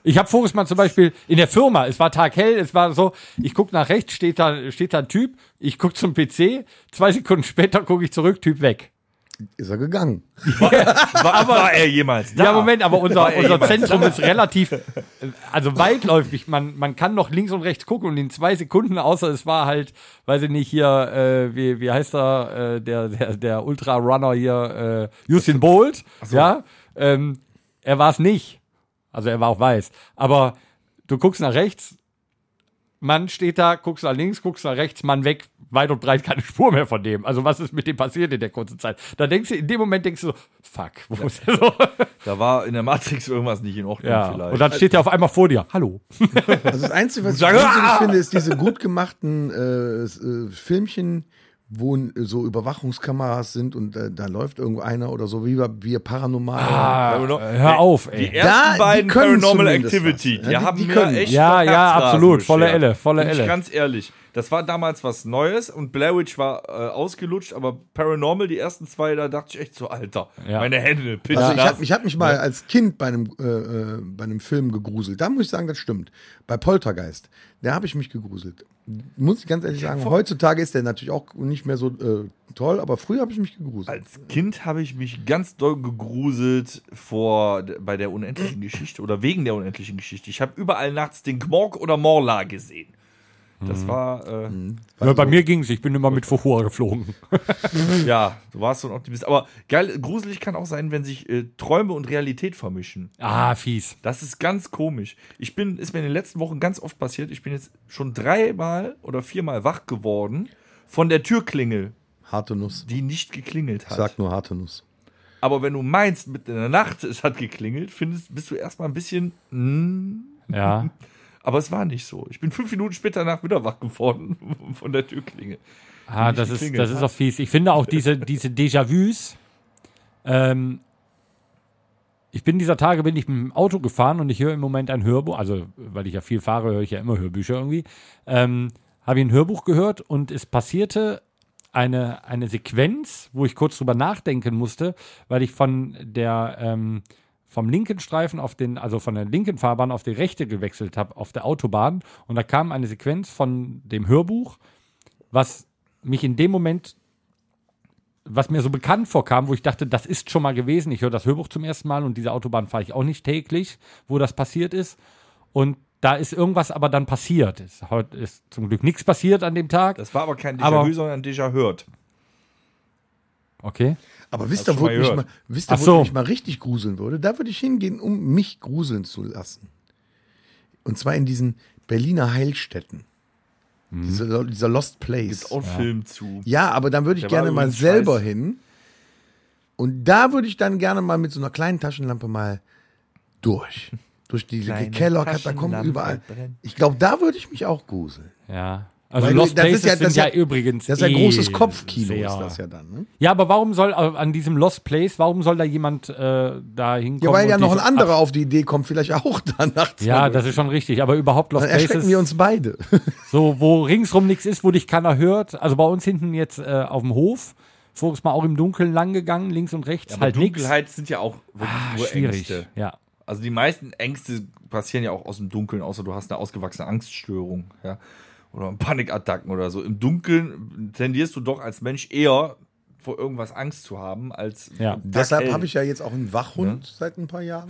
Speaker 2: Ich habe voriges Mal zum Beispiel in der Firma, es war taghell, es war so, ich guck nach rechts, steht da, steht da ein Typ, ich guck zum PC, zwei Sekunden später gucke ich zurück, Typ weg.
Speaker 4: Ist er gegangen.
Speaker 3: War, war er jemals da?
Speaker 2: Ja, Moment, aber
Speaker 3: War
Speaker 2: unser,
Speaker 3: er
Speaker 2: unser
Speaker 3: jemals
Speaker 2: Zentrum ist relativ, äh, also weitläufig. Man, man kann noch links und rechts gucken und in zwei Sekunden, außer es war halt, weiß ich nicht, hier, äh, wie, wie heißt er, äh, der, der, der Ultra-Runner hier, äh, Justin Bolt, ja, ähm, er war es nicht. Also er war auch weiß. Aber du guckst nach rechts, Mann steht da, guckst nach links, guckst nach rechts, Mann weg, weit und breit keine Spur mehr von dem. Also was ist mit dem passiert in der kurzen Zeit? Da denkst du, in dem Moment denkst du so, fuck, wo ist er so?
Speaker 3: Da war in der Matrix irgendwas nicht in Ordnung
Speaker 2: Ja,
Speaker 3: vielleicht.
Speaker 2: und dann steht er auf einmal vor dir. Hallo.
Speaker 4: Also das Einzige, was ich
Speaker 3: Sag-
Speaker 4: gruselig
Speaker 3: Ah!
Speaker 4: finde, ist diese gut gemachten äh, s- äh, Filmchen, wo n- so Überwachungskameras sind und äh, da läuft irgendwo einer oder so, wie bei wie Paranormal.
Speaker 3: Ah,
Speaker 2: hör auf,
Speaker 3: die
Speaker 2: ey.
Speaker 3: ersten
Speaker 4: Da- die
Speaker 3: beiden
Speaker 4: können
Speaker 3: Paranormal
Speaker 4: zumindest
Speaker 3: Activity,
Speaker 4: was.
Speaker 3: die,
Speaker 4: Ja, die-
Speaker 3: haben
Speaker 4: die
Speaker 3: mir
Speaker 4: können.
Speaker 3: echt
Speaker 2: Ja,
Speaker 3: auf
Speaker 2: ja,
Speaker 3: Herzrasen
Speaker 2: absolut, volle
Speaker 3: beschert.
Speaker 2: Elle, volle
Speaker 3: Bin
Speaker 2: Elle.
Speaker 3: Ich ganz ehrlich, das war damals was Neues und Blair Witch war äh, ausgelutscht, aber Paranormal, die ersten zwei, da dachte ich echt so, Alter,
Speaker 2: Ja.
Speaker 3: meine Hände, bitte
Speaker 4: Also ich
Speaker 3: lass.
Speaker 4: habe ich hab mich mal als Kind bei einem, äh, äh, bei einem Film gegruselt. Da muss ich sagen, das stimmt. Bei Poltergeist, da habe ich mich gegruselt. Muss ich ganz ehrlich sagen, heutzutage ist der natürlich auch nicht mehr so äh, toll, aber früher habe ich mich gegruselt.
Speaker 3: als Kind habe ich mich ganz doll gegruselt vor bei der unendlichen Geschichte oder wegen der unendlichen Geschichte. Ich habe überall nachts den Gmorg oder Morla gesehen. Das war äh,
Speaker 2: Ja, bei mir ging's, ich bin immer mit Fuchua geflogen.
Speaker 3: Ja, du warst so ein Optimist. Aber geil, gruselig kann auch sein, wenn sich äh, Träume und Realität vermischen.
Speaker 2: Ah, fies.
Speaker 3: Das ist ganz komisch. Ich bin, ist mir in den letzten Wochen ganz oft passiert. Ich bin jetzt schon dreimal oder viermal wach geworden von der Türklingel,
Speaker 4: Harte Nuss.
Speaker 3: die nicht geklingelt
Speaker 4: Ich
Speaker 3: hat.
Speaker 4: sag nur harte Nuss.
Speaker 3: Aber wenn du meinst, mitten in der Nacht, es hat geklingelt, findest, bist du erstmal ein bisschen. Mm,
Speaker 2: Ja.
Speaker 3: aber es war nicht so. Ich bin fünf Minuten später nach wieder wach geworden von der Türklingel.
Speaker 2: Ah,
Speaker 3: Nicht
Speaker 2: das ist,
Speaker 3: geklingelt
Speaker 2: das ist
Speaker 3: hat.
Speaker 2: auch fies. Ich finde auch diese, diese Déjà-vus. Ähm, ich bin dieser Tage bin ich mit dem Auto gefahren und ich höre im Moment ein Hörbuch. Also, weil ich ja viel fahre, höre ich ja immer Hörbücher irgendwie. Ähm, habe ich ein Hörbuch gehört und es passierte eine, eine Sequenz, wo ich kurz drüber nachdenken musste, weil ich von der ähm, vom linken Streifen auf den, also von der linken Fahrbahn auf die rechte gewechselt habe, auf der Autobahn. Und da kam eine Sequenz von dem Hörbuch, was mich in dem Moment, was mir so bekannt vorkam, wo ich dachte, das ist schon mal gewesen. Ich höre das Hörbuch zum ersten Mal und diese Autobahn fahre ich auch nicht täglich, wo das passiert ist. Und da ist irgendwas aber dann passiert. Ist, heute ist zum Glück nichts passiert an dem Tag.
Speaker 3: Das war aber kein
Speaker 2: Aber-
Speaker 3: Déjà-vu, sondern ein Déjà-hört.
Speaker 2: Okay.
Speaker 4: Aber wisst ihr,
Speaker 3: schon
Speaker 4: wo,
Speaker 3: mal
Speaker 4: ich mich
Speaker 3: gehört.
Speaker 4: mal, wisst ihr,
Speaker 2: Ach
Speaker 4: wo
Speaker 2: so.
Speaker 4: ich mich mal richtig gruseln würde? Da würde ich hingehen, um mich gruseln zu lassen. Und zwar in diesen Berliner Heilstätten. Diese, Lo- dieser Lost Place.
Speaker 3: Mhm. Ist auch ein Film zu.
Speaker 4: Ja, aber dann würde ich
Speaker 3: Der war
Speaker 4: gerne mal
Speaker 3: übrigens
Speaker 4: selber
Speaker 3: scheiße.
Speaker 4: hin. Und da würde ich dann gerne mal mit so einer kleinen Taschenlampe mal durch. Durch diese
Speaker 3: Kleine
Speaker 4: Keller, Katakomben,
Speaker 3: Taschenlampe
Speaker 4: überall.
Speaker 3: brennt.
Speaker 4: Ich glaube, da würde ich mich auch gruseln.
Speaker 2: Ja. Also
Speaker 4: Weil
Speaker 2: Lost
Speaker 4: das ist
Speaker 2: Places
Speaker 4: ja- das
Speaker 2: sind
Speaker 4: ist
Speaker 2: ja,
Speaker 4: ja-
Speaker 2: übrigens.
Speaker 4: Das ist ein großes
Speaker 2: eh
Speaker 4: Kopfkino,
Speaker 2: sehr-
Speaker 4: ist das ja dann. Ne?
Speaker 2: Ja, aber warum soll äh, an diesem Lost Place, warum soll da jemand äh, da hinkommen?
Speaker 4: Ja, weil
Speaker 2: und
Speaker 4: ja noch ein
Speaker 2: diese-
Speaker 4: anderer auf die Idee kommt, vielleicht auch danach.
Speaker 2: Ab- Ja, das ist schon richtig. Aber überhaupt Lost
Speaker 4: dann erschrecken
Speaker 2: Places,
Speaker 4: wir uns beide.
Speaker 2: so wo ringsrum nichts ist, wo dich keiner hört. Also bei uns hinten jetzt äh, auf dem Hof, voriges Mal auch im Dunkeln lang gegangen, links und rechts
Speaker 3: Aber
Speaker 2: halt nichts.
Speaker 3: Dunkelheit sind ja auch wirklich nur
Speaker 2: Schwierig.
Speaker 3: Ängste.
Speaker 2: Ja.
Speaker 3: Also die meisten Ängste passieren ja auch aus dem Dunkeln, außer du hast eine ausgewachsene Angststörung, ja. Oder Panikattacken oder so. Im Dunkeln tendierst du doch als Mensch eher vor irgendwas Angst zu haben, als
Speaker 2: Ja.
Speaker 3: am Tag
Speaker 4: Deshalb
Speaker 3: hell.
Speaker 4: habe ich ja jetzt auch einen Wachhund seit ein paar Jahren.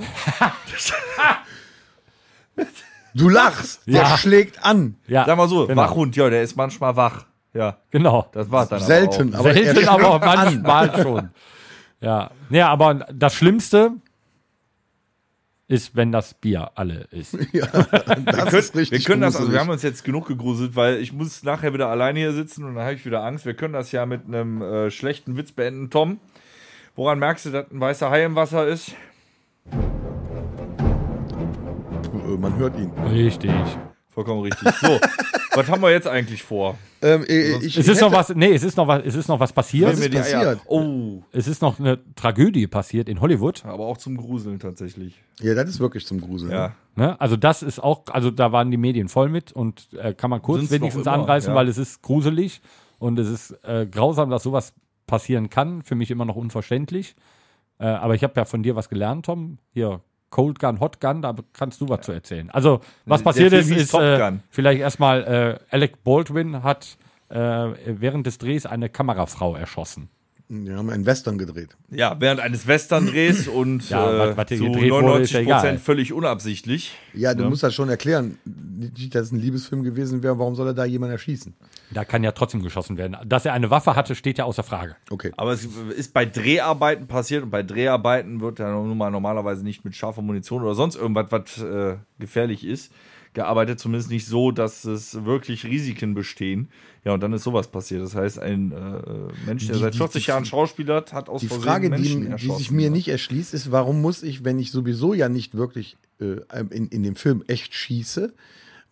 Speaker 4: du lachst,
Speaker 2: Ja.
Speaker 4: der schlägt an.
Speaker 2: ja.
Speaker 3: Sag mal so,
Speaker 2: genau.
Speaker 3: Wachhund, ja, der ist manchmal wach. Ja,
Speaker 2: Genau.
Speaker 3: das war's dann. aber
Speaker 4: Selten,
Speaker 3: auch.
Speaker 4: aber er
Speaker 2: Selten,
Speaker 4: schlägt
Speaker 2: aber
Speaker 4: an.
Speaker 2: manchmal schon. Ja. ja, aber das Schlimmste ist, wenn das Bier alle ist.
Speaker 4: Das
Speaker 3: Wir
Speaker 4: ist
Speaker 3: können, wir
Speaker 4: richtig
Speaker 3: können das, also wir
Speaker 4: gruselig.
Speaker 3: haben uns jetzt genug gegruselt, weil ich muss nachher wieder alleine hier sitzen und dann habe ich wieder Angst. Wir können das ja mit einem äh, schlechten Witz beenden, Tom. Woran merkst du, dass ein weißer Hai im Wasser ist?
Speaker 4: Äh, Man hört ihn.
Speaker 2: Richtig.
Speaker 3: Vollkommen richtig. So, was haben wir jetzt eigentlich vor?
Speaker 4: Ähm, äh, ich
Speaker 2: Es ist noch
Speaker 4: hätte-
Speaker 2: was, nee, es ist noch was, es ist noch was passiert.
Speaker 4: Was
Speaker 3: Nehmen wir
Speaker 4: ist
Speaker 3: die Eier.
Speaker 4: passiert?
Speaker 3: Oh,
Speaker 2: Es ist noch eine Tragödie passiert in Hollywood.
Speaker 3: aber auch zum Gruseln tatsächlich.
Speaker 4: Ja, das ist wirklich zum Gruseln.
Speaker 3: Ja.
Speaker 2: Ne? Also das ist auch, also da waren die Medien voll mit und äh, kann man kurz
Speaker 3: Sind's
Speaker 2: wenigstens
Speaker 3: noch immer,
Speaker 2: anreißen,
Speaker 3: ja.
Speaker 2: weil es ist gruselig und es ist äh, grausam, dass sowas passieren kann. Für mich immer noch unverständlich. Äh, aber ich habe ja von dir was gelernt, Tom. Hier, Cold Gun, Hot Gun, da kannst du was zu erzählen. Also was
Speaker 3: Der
Speaker 2: passiert
Speaker 3: Film
Speaker 2: ist,
Speaker 3: hieß
Speaker 2: ist
Speaker 3: Top
Speaker 2: äh,
Speaker 3: Gun.
Speaker 2: vielleicht erstmal äh, Alec Baldwin hat äh, während des Drehs eine Kamerafrau erschossen.
Speaker 4: ne? Wir haben einen Western gedreht.
Speaker 3: Ja, während eines Western-Drehs und
Speaker 2: Ja,
Speaker 3: äh,
Speaker 2: was- was hier
Speaker 3: zu
Speaker 2: gedreht wurde, ist ja
Speaker 3: 99%
Speaker 2: egal.
Speaker 3: völlig unabsichtlich.
Speaker 4: Ja, du musst das schon erklären. Nicht, dass es ein Liebesfilm gewesen wäre, warum soll er da jemanden erschießen?
Speaker 2: Da kann ja trotzdem geschossen werden. Dass er eine Waffe hatte, steht ja außer Frage.
Speaker 4: Okay.
Speaker 3: Aber es ist bei Dreharbeiten passiert und bei Dreharbeiten wird ja nun mal normalerweise nicht mit scharfer Munition oder sonst irgendwas, was äh, gefährlich ist, gearbeitet. Zumindest nicht so, dass es wirklich Risiken bestehen. Ja, und dann ist sowas passiert. Das heißt, ein äh, Mensch, der
Speaker 4: Die-
Speaker 3: seit
Speaker 4: die-
Speaker 3: 40
Speaker 4: die-
Speaker 3: Jahren Schauspieler hat, hat aus
Speaker 4: Die
Speaker 3: Versehen
Speaker 4: Frage,
Speaker 3: Menschen
Speaker 4: die, die
Speaker 3: erschossen.
Speaker 4: sich mir
Speaker 3: ja.
Speaker 4: nicht erschließt, ist, warum muss ich, wenn ich sowieso ja nicht wirklich äh, in, in dem Film echt schieße,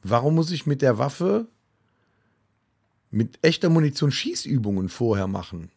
Speaker 4: warum muss ich mit der Waffe mit echter Munition Schießübungen vorher machen?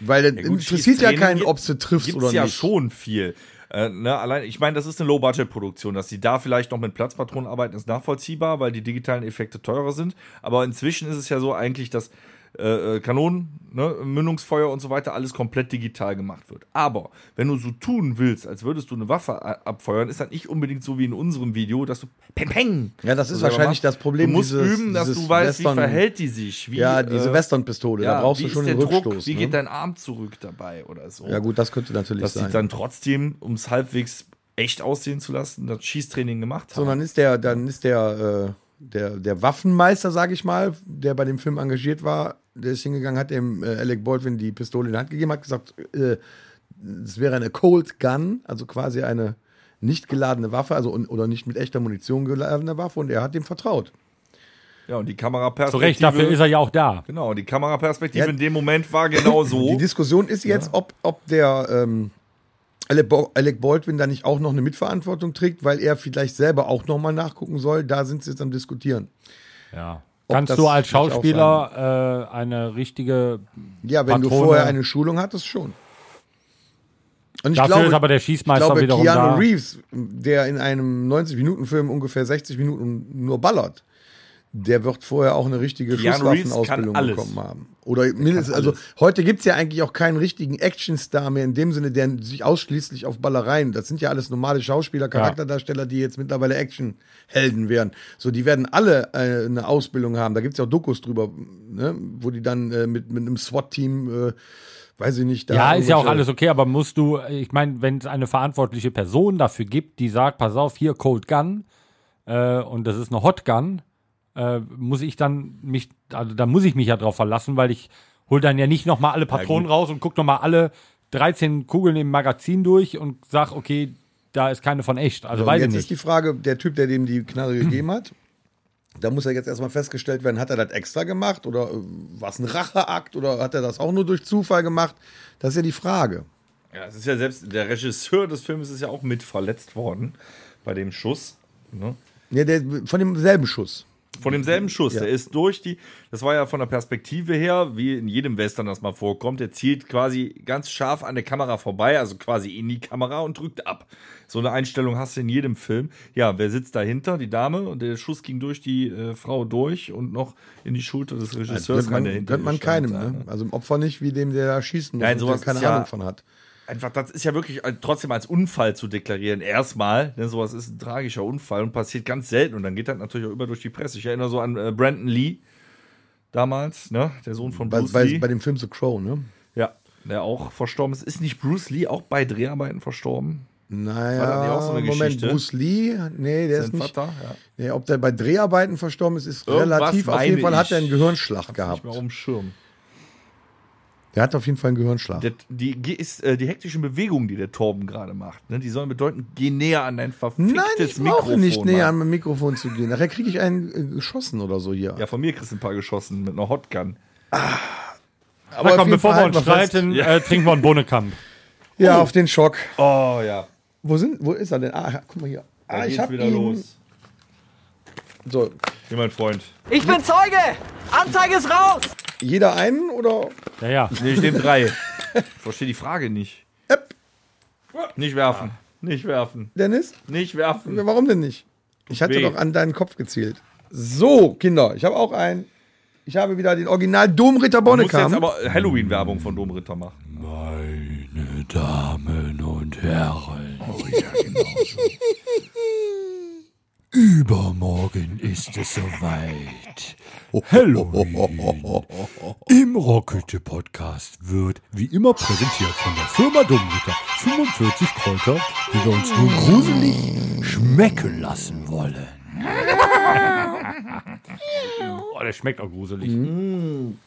Speaker 4: Weil das
Speaker 3: Ja gut,
Speaker 4: interessiert ja
Speaker 3: Schießtraining
Speaker 4: keinen,
Speaker 3: gibt-
Speaker 4: ob sie triffst
Speaker 3: gibt's
Speaker 4: oder
Speaker 3: ja
Speaker 4: nicht.
Speaker 3: schon viel. Äh, ne, allein, ich meine, das ist eine Low-Budget-Produktion, dass die da vielleicht noch mit Platzpatronen arbeiten, ist nachvollziehbar, weil die digitalen Effekte teurer sind. Aber inzwischen ist es ja so eigentlich, dass äh, äh, Kanonen, ne, Mündungsfeuer und so weiter alles komplett digital gemacht wird. Aber wenn du so tun willst, als würdest du eine Waffe a- abfeuern, ist das nicht unbedingt so wie in unserem Video, dass du peng peng.
Speaker 4: Ja, das ist
Speaker 3: selber
Speaker 4: wahrscheinlich
Speaker 3: machst.
Speaker 4: das Problem
Speaker 3: Du musst
Speaker 4: dieses-
Speaker 3: üben, dass
Speaker 4: dieses
Speaker 3: du weißt,
Speaker 4: Western-
Speaker 3: wie verhält die sich. Wie,
Speaker 4: ja, diese
Speaker 3: äh,
Speaker 4: Western-Pistole,
Speaker 3: ja,
Speaker 4: da brauchst
Speaker 3: wie
Speaker 4: du
Speaker 3: ist
Speaker 4: schon
Speaker 3: der
Speaker 4: den Rückstoß.
Speaker 3: Druck, wie
Speaker 4: ne?
Speaker 3: geht dein Arm zurück dabei oder so?
Speaker 4: ja gut, das könnte natürlich
Speaker 3: dass sie
Speaker 4: sein.
Speaker 3: dann trotzdem, um es halbwegs echt aussehen zu lassen, das Schießtraining gemacht haben.
Speaker 4: So, dann ist der, dann ist der, äh, der, der Waffenmeister, sage ich mal, der bei dem Film engagiert war, der ist hingegangen, hat dem äh, Alec Baldwin die Pistole in die Hand gegeben, hat gesagt, äh, es wäre eine Cold Gun, also quasi eine nicht geladene Waffe, also un- oder nicht mit echter Munition geladene Waffe, und er hat dem vertraut.
Speaker 3: ja, und die Kameraperspektive.
Speaker 2: Zu Recht, dafür ist er ja auch da.
Speaker 3: Genau, und die Kameraperspektive
Speaker 4: Ja.
Speaker 3: in dem Moment war genau
Speaker 4: Die
Speaker 3: so.
Speaker 4: Diskussion ist jetzt, ob, ob der ähm, Alec Bo- Alec Baldwin da nicht auch noch eine Mitverantwortung trägt, weil er vielleicht selber auch nochmal nachgucken soll. Da sind sie jetzt am Diskutieren.
Speaker 2: Ja.
Speaker 4: Ob
Speaker 2: Kannst
Speaker 4: das
Speaker 2: du als
Speaker 4: nicht auch
Speaker 2: Schauspieler äh, eine richtige.
Speaker 4: Ja, wenn du
Speaker 2: Patrone.
Speaker 4: vorher eine Schulung hattest, schon. Und ich
Speaker 2: Dafür
Speaker 4: glaube,
Speaker 2: ist aber der
Speaker 4: ich
Speaker 2: Schießmeister
Speaker 4: glaube
Speaker 2: wiederum
Speaker 4: Keanu
Speaker 2: da.
Speaker 4: Reeves, der in einem 90-Minuten-Film ungefähr 60 Minuten nur ballert, der wird vorher auch eine richtige
Speaker 3: Keanu
Speaker 4: Schusswaffenausbildung
Speaker 3: Reeves kann alles.
Speaker 4: bekommen haben. Oder mindestens, also heute gibt's ja eigentlich auch keinen richtigen Actionstar mehr in dem Sinne, der sich ausschließlich auf Ballereien, das sind ja alles normale Schauspieler, Charakterdarsteller, die jetzt mittlerweile Actionhelden werden. So, die werden alle äh, eine Ausbildung haben. Da gibt's ja auch Dokus drüber, ne? wo die dann äh, mit, mit einem SWAT-Team, äh, weiß ich nicht, da.
Speaker 2: Ja, ist ja auch
Speaker 4: irgendwelche-
Speaker 2: alles okay, aber musst du, ich meine, wenn es eine verantwortliche Person dafür gibt, die sagt, pass auf, hier Cold Gun äh, und das ist eine Hot Gun, äh, muss ich dann mich, also da muss ich mich ja drauf verlassen, weil ich hol dann ja nicht nochmal alle Patronen raus und guck nochmal alle 13 Kugeln im Magazin durch und sag, okay, da ist keine von echt. Also
Speaker 4: So, und
Speaker 2: weiß ich
Speaker 4: jetzt
Speaker 2: nicht.
Speaker 4: ist die Frage, der Typ, der dem die Knarre gegeben hat, da muss ja jetzt erstmal festgestellt werden, hat er das extra gemacht oder äh, war es ein Racheakt oder hat er das auch nur durch Zufall gemacht? Das ist ja die Frage.
Speaker 3: Ja, es ist ja selbst der Regisseur des Films ist ja auch mit verletzt worden bei dem Schuss. Ne?
Speaker 4: Ja, der, von demselben Schuss.
Speaker 3: Von demselben Schuss.
Speaker 4: Ja.
Speaker 3: Der ist durch die. Das war ja von der Perspektive her, wie in jedem Western das mal vorkommt. Der zielt quasi ganz scharf an der Kamera vorbei, also quasi in die Kamera und drückt ab. So eine Einstellung hast du in jedem Film. Ja, wer sitzt dahinter? Die Dame. Und der Schuss ging durch die äh, Frau durch und noch in die Schulter des Regisseurs.
Speaker 4: Gönnt man,
Speaker 3: rein, der hinter
Speaker 4: gönnt man
Speaker 3: ihr stand.
Speaker 4: keinem, ne? Also im Opfer nicht, wie dem, der da schießen muss
Speaker 3: Nein,
Speaker 4: und
Speaker 3: sowas
Speaker 4: der keine
Speaker 3: ist ja-
Speaker 4: Ahnung von hat.
Speaker 3: Einfach, das ist ja wirklich äh, trotzdem als Unfall zu deklarieren. Erstmal, denn sowas ist ein tragischer Unfall und passiert ganz selten. Und dann geht das natürlich auch über durch die Presse. Ich erinnere so an äh, Brandon Lee damals, ne? Der Sohn von
Speaker 4: Bei,
Speaker 3: Bruce
Speaker 4: bei,
Speaker 3: Lee.
Speaker 4: bei dem Film The Crow, ne?
Speaker 3: ja, der auch verstorben ist. Ist nicht Bruce Lee auch bei Dreharbeiten verstorben? das nicht
Speaker 4: Naja,
Speaker 3: auch so eine
Speaker 4: Moment,
Speaker 3: Geschichte?
Speaker 4: Bruce Lee, nee, der ist
Speaker 3: Sein
Speaker 4: nicht,
Speaker 3: Vater? Ja.
Speaker 4: nee, ob der bei Dreharbeiten verstorben ist, ist
Speaker 3: Irgendwas
Speaker 4: relativ, auf
Speaker 3: meine
Speaker 4: jeden Fall hat
Speaker 3: ich.
Speaker 4: er einen Gehirnschlag
Speaker 3: Nicht
Speaker 4: gehabt.
Speaker 3: mehr auf dem Schirm.
Speaker 4: Der hat auf jeden Fall einen Gehirnschlag.
Speaker 3: Der, die, ge- ist, äh, die hektischen Bewegungen, die der Torben gerade macht, ne? die sollen bedeuten, geh näher an dein verficktes
Speaker 4: Nein, ich brauche
Speaker 3: Mikrofon.
Speaker 4: nicht
Speaker 3: Mann.
Speaker 4: näher an mein Mikrofon zu gehen. Nachher kriege ich einen äh, geschossen oder so hier.
Speaker 3: Ja, von mir kriegst du ein paar geschossen mit einer Hotgun.
Speaker 4: aber
Speaker 2: Na
Speaker 4: auf
Speaker 2: komm,
Speaker 4: jeden
Speaker 2: bevor
Speaker 4: Fall
Speaker 2: wir uns
Speaker 4: halten wir fest.
Speaker 2: streiten, äh, trinken wir einen Bohnekamp.
Speaker 4: Ja, auf den Schock.
Speaker 3: Oh ja.
Speaker 4: Wo, sind, wo ist er denn? Ah, guck mal hier.
Speaker 3: Da
Speaker 4: Ah,
Speaker 3: geht's
Speaker 4: ich hab
Speaker 3: wieder
Speaker 4: ihn.
Speaker 3: los.
Speaker 4: So,
Speaker 3: Hier, mein Freund.
Speaker 5: Ich bin Zeuge! Anzeige ist raus!
Speaker 4: jeder einen oder?
Speaker 2: Ja, ja.
Speaker 3: Nee, ich nehme drei. Ich verstehe die Frage nicht.
Speaker 4: Epp,
Speaker 3: Nicht werfen. Nicht werfen.
Speaker 4: Dennis?
Speaker 3: Nicht werfen.
Speaker 4: Ja, Warum denn nicht? Ich hatte
Speaker 3: weh.
Speaker 4: doch an deinen Kopf gezielt. So, Kinder, ich habe auch einen. Ich habe wieder den Original Domritter
Speaker 3: Du musst jetzt
Speaker 4: Bonnekamp.
Speaker 3: aber Halloween-Werbung von Domritter machen.
Speaker 1: Meine Damen und Herren. Oh ja, genau so. Übermorgen ist es soweit. Halloween. Im Rockhütte Podcast wird wie immer präsentiert von der Firma Dummritter 45 Kräuter, die wir uns nun gruselig schmecken lassen wollen.
Speaker 2: Oh, der schmeckt auch gruselig.
Speaker 1: Mhm.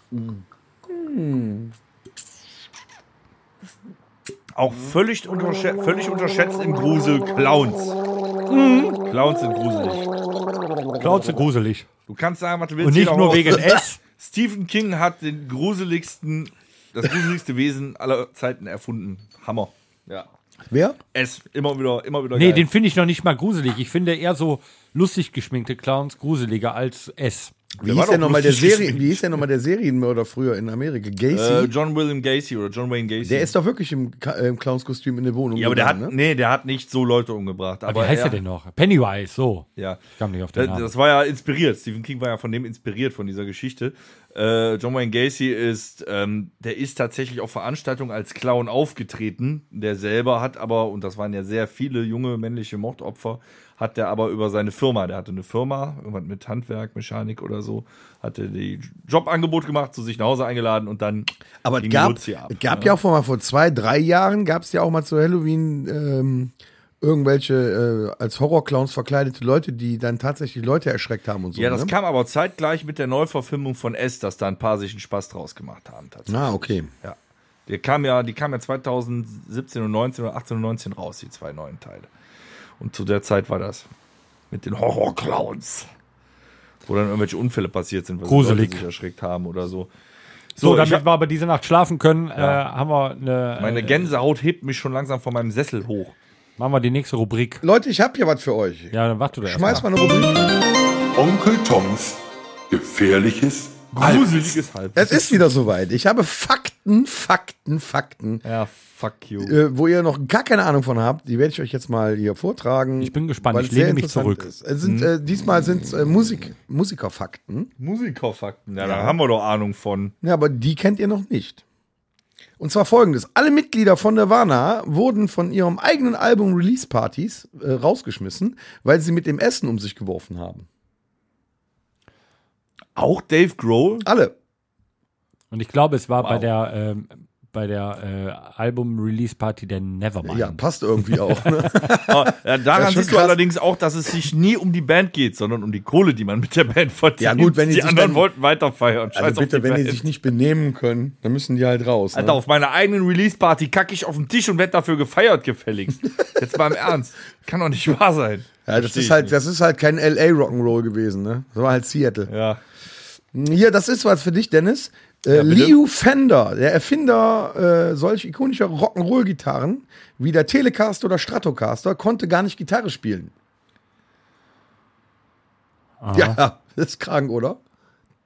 Speaker 3: Auch völlig, unterschä völlig unterschätzt im Grusel Clowns. Mhm. Clowns sind gruselig.
Speaker 2: Klauze gruselig.
Speaker 3: Du kannst sagen, was du willst.
Speaker 2: Und
Speaker 3: jeder
Speaker 2: nicht nur
Speaker 3: raus.
Speaker 2: wegen S.
Speaker 3: Stephen King hat den gruseligsten, das gruseligste Wesen aller Zeiten erfunden. Hammer. Ja.
Speaker 4: Wer?
Speaker 3: Es immer wieder, immer wieder.
Speaker 2: Nee,
Speaker 3: geil.
Speaker 2: den finde ich noch nicht mal gruselig. Ich finde eher so lustig geschminkte Clowns gruseliger als S.
Speaker 4: Wie
Speaker 3: war
Speaker 4: hieß, der
Speaker 3: doch
Speaker 4: noch mal der
Speaker 3: lustig
Speaker 4: Serien,
Speaker 3: gespielt.
Speaker 4: wie hieß der nochmal der Serienmörder früher in Amerika?
Speaker 3: äh,
Speaker 4: Gacy?
Speaker 3: John William Gacy oder John Wayne Gacy.
Speaker 4: der ist doch wirklich im, Ka- äh, im Clownskostüm in der Wohnung.
Speaker 3: Ja, aber der hat,
Speaker 4: gegangen, ne?
Speaker 3: nee, der hat nicht so Leute umgebracht. Aber
Speaker 2: Wie heißt
Speaker 3: er
Speaker 2: er denn noch? Pennywise, so.
Speaker 3: Ja.
Speaker 2: Ich kam nicht auf den
Speaker 3: Das,
Speaker 2: Namen.
Speaker 3: das war ja inspiriert. Stephen King war ja von dem inspiriert, von dieser Geschichte. Äh, John Wayne Gacy ist, ähm, der ist tatsächlich auf Veranstaltungen als Clown aufgetreten. Der selber hat aber, und das waren ja sehr viele junge männliche Mordopfer, hat der aber über seine Firma, der hatte eine Firma, irgendwas mit Handwerk, Mechanik oder so, hatte die Jobangebot gemacht, zu sich nach Hause eingeladen und dann
Speaker 4: Aber es
Speaker 3: ging
Speaker 4: gab,
Speaker 3: Luzi ab. ne?
Speaker 4: es gab ja auch vor, mal vor zwei, drei Jahren gab es ja auch mal zu Halloween ähm, irgendwelche äh, als Horrorclowns verkleidete Leute, die dann tatsächlich Leute erschreckt haben und so.
Speaker 3: Ja, das
Speaker 4: ne?
Speaker 3: kam aber zeitgleich mit der Neuverfilmung von S, dass da ein paar sich einen Spaß draus gemacht haben. Tatsächlich.
Speaker 4: Ah, okay.
Speaker 3: Ja. Die kam ja, die kam ja 2017 und 19 oder 18 und 19 raus, die zwei neuen Teile. Und zu der Zeit war das mit den Horrorclowns. Wo dann irgendwelche Unfälle passiert sind, weil die
Speaker 2: Gruselig.
Speaker 3: Leute sich erschreckt haben oder so.
Speaker 2: so,
Speaker 3: So, ich
Speaker 2: damit
Speaker 3: hab,
Speaker 2: wir aber diese Nacht schlafen können, äh, haben wir eine.
Speaker 3: meine
Speaker 2: äh,
Speaker 3: Gänsehaut hebt mich schon langsam von meinem Sessel hoch.
Speaker 2: machen wir die nächste Rubrik.
Speaker 4: Leute, ich habe hier was für euch.
Speaker 2: Ja, dann warte du erst.
Speaker 4: Schmeiß
Speaker 2: mal.
Speaker 4: mal eine Rubrik.
Speaker 1: Onkel Toms gefährliches
Speaker 3: Gruseliges Halb.
Speaker 4: Es ist wieder soweit. Ich habe Fakten, Fakten, Fakten,
Speaker 3: Ja, fuck you.
Speaker 4: äh, wo ihr noch gar keine Ahnung von habt. Die werde ich euch jetzt mal hier vortragen.
Speaker 2: Ich bin gespannt.
Speaker 4: weil
Speaker 2: Ich
Speaker 4: es sehr
Speaker 2: lehne mich
Speaker 4: interessant
Speaker 2: zurück. Mhm.
Speaker 4: Ist. Es sind, äh, diesmal sind es äh, Musik, Musikerfakten.
Speaker 3: Musikerfakten. Ja, da haben wir doch Ahnung von.
Speaker 4: Ja, aber die kennt ihr noch nicht. Und zwar folgendes: Alle Mitglieder von Nirvana wurden von ihrem eigenen Album Release Partys äh, rausgeschmissen, weil sie mit dem Essen um sich geworfen haben.
Speaker 3: Auch Dave Grohl?
Speaker 4: Alle.
Speaker 2: Und ich glaube, es war bei
Speaker 3: Wow.
Speaker 2: der, ähm, bei der äh, Album-Release-Party der Nevermind.
Speaker 4: Ja, passt irgendwie auch. Ne?
Speaker 3: Ah, ja, daran
Speaker 4: Das ist schon
Speaker 3: siehst du
Speaker 4: krass.
Speaker 3: allerdings auch, dass es sich nie um die Band geht, sondern um die Kohle, die man mit der Band verdient.
Speaker 4: Ja, gut, wenn die
Speaker 3: die
Speaker 4: sich
Speaker 3: anderen
Speaker 4: dann-
Speaker 3: wollten weiter feiern. Scheiß
Speaker 4: Also bitte,
Speaker 3: auf die
Speaker 4: wenn die
Speaker 3: Band.
Speaker 4: sich nicht benehmen können, dann müssen die halt raus.
Speaker 3: Alter,
Speaker 4: Ne?
Speaker 3: auf meiner eigenen Release-Party kacke ich auf den Tisch und werde dafür gefeiert, gefälligst. Jetzt mal im Ernst. Kann doch nicht wahr sein.
Speaker 4: Ja, das
Speaker 3: Versteh
Speaker 4: ist
Speaker 3: ich
Speaker 4: halt,
Speaker 3: nicht.
Speaker 4: das ist halt kein LA Rock'n'Roll gewesen, ne? Das war halt Seattle.
Speaker 3: Ja.
Speaker 4: Hier, das ist was für dich, Dennis.
Speaker 3: bitte.
Speaker 4: Äh, Leo Fender, der Erfinder äh, solch ikonischer Rock'n'Roll-Gitarren wie der Telecaster oder Stratocaster, konnte gar nicht Gitarre spielen. Ja, das ist krank, oder?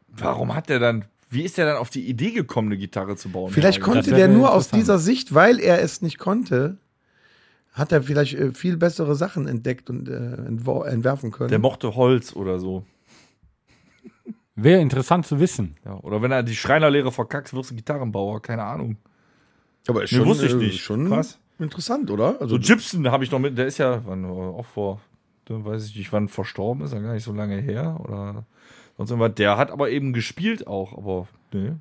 Speaker 3: Warum hat der dann, wie ist der dann auf die Idee gekommen, eine Gitarre zu bauen?
Speaker 4: Vielleicht
Speaker 3: Ja,
Speaker 4: konnte
Speaker 2: wär
Speaker 4: der
Speaker 2: mir
Speaker 4: nur aus
Speaker 2: interessant.
Speaker 4: dieser Sicht, weil er es nicht konnte, hat er vielleicht äh, viel bessere Sachen entdeckt und äh, entwor- entwerfen können.
Speaker 3: Der mochte Holz oder so.
Speaker 2: Wäre interessant zu wissen.
Speaker 3: Ja, oder wenn er die Schreinerlehre verkackt, wirst du Gitarrenbauer. Keine Ahnung.
Speaker 4: Aber ist
Speaker 3: Nee, wusste ich
Speaker 4: äh,
Speaker 3: nicht.
Speaker 4: Schon
Speaker 3: Krass.
Speaker 4: interessant, oder? Also
Speaker 3: So Gibson habe ich noch mit, der ist ja wann, äh, auch vor, da weiß ich nicht, wann verstorben ist, ja gar nicht so lange her oder sonst irgendwas. Der hat aber eben gespielt auch, aber nee.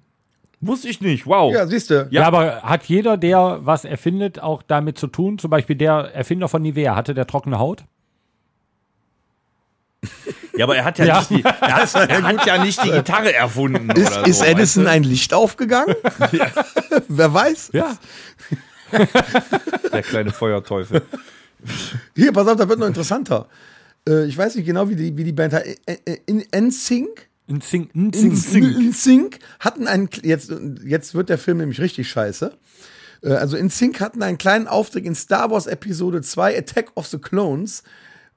Speaker 3: Wusste ich nicht, wow.
Speaker 4: ja, siehst du.
Speaker 2: Ja. aber hat jeder, der was erfindet, auch damit zu tun? Zum Beispiel der Erfinder von Nivea, hatte der trockene Haut?
Speaker 3: Ja, aber er hat ja,
Speaker 2: Ja.
Speaker 3: Nicht, die, er hat, er hat ja nicht die Gitarre erfunden.
Speaker 4: Ist,
Speaker 3: oder
Speaker 4: ist
Speaker 3: so,
Speaker 4: Edison ein Licht aufgegangen? Wer weiß?
Speaker 2: Ja.
Speaker 3: weißt du? Der kleine Feuerteufel.
Speaker 4: Hier, pass auf, da wird noch interessanter. Äh, ich weiß nicht genau, wie die, wie die Band heißt. Ä- Ä- In NSYNC?
Speaker 2: Ein Zink, ein
Speaker 4: In
Speaker 2: Zink.
Speaker 4: Sync. In Sync hatten einen, kle- jetzt, jetzt wird der Film nämlich richtig scheiße. Äh, Also in Sync hatten einen kleinen Auftritt in Star Wars Episode 2 Attack of the Clones,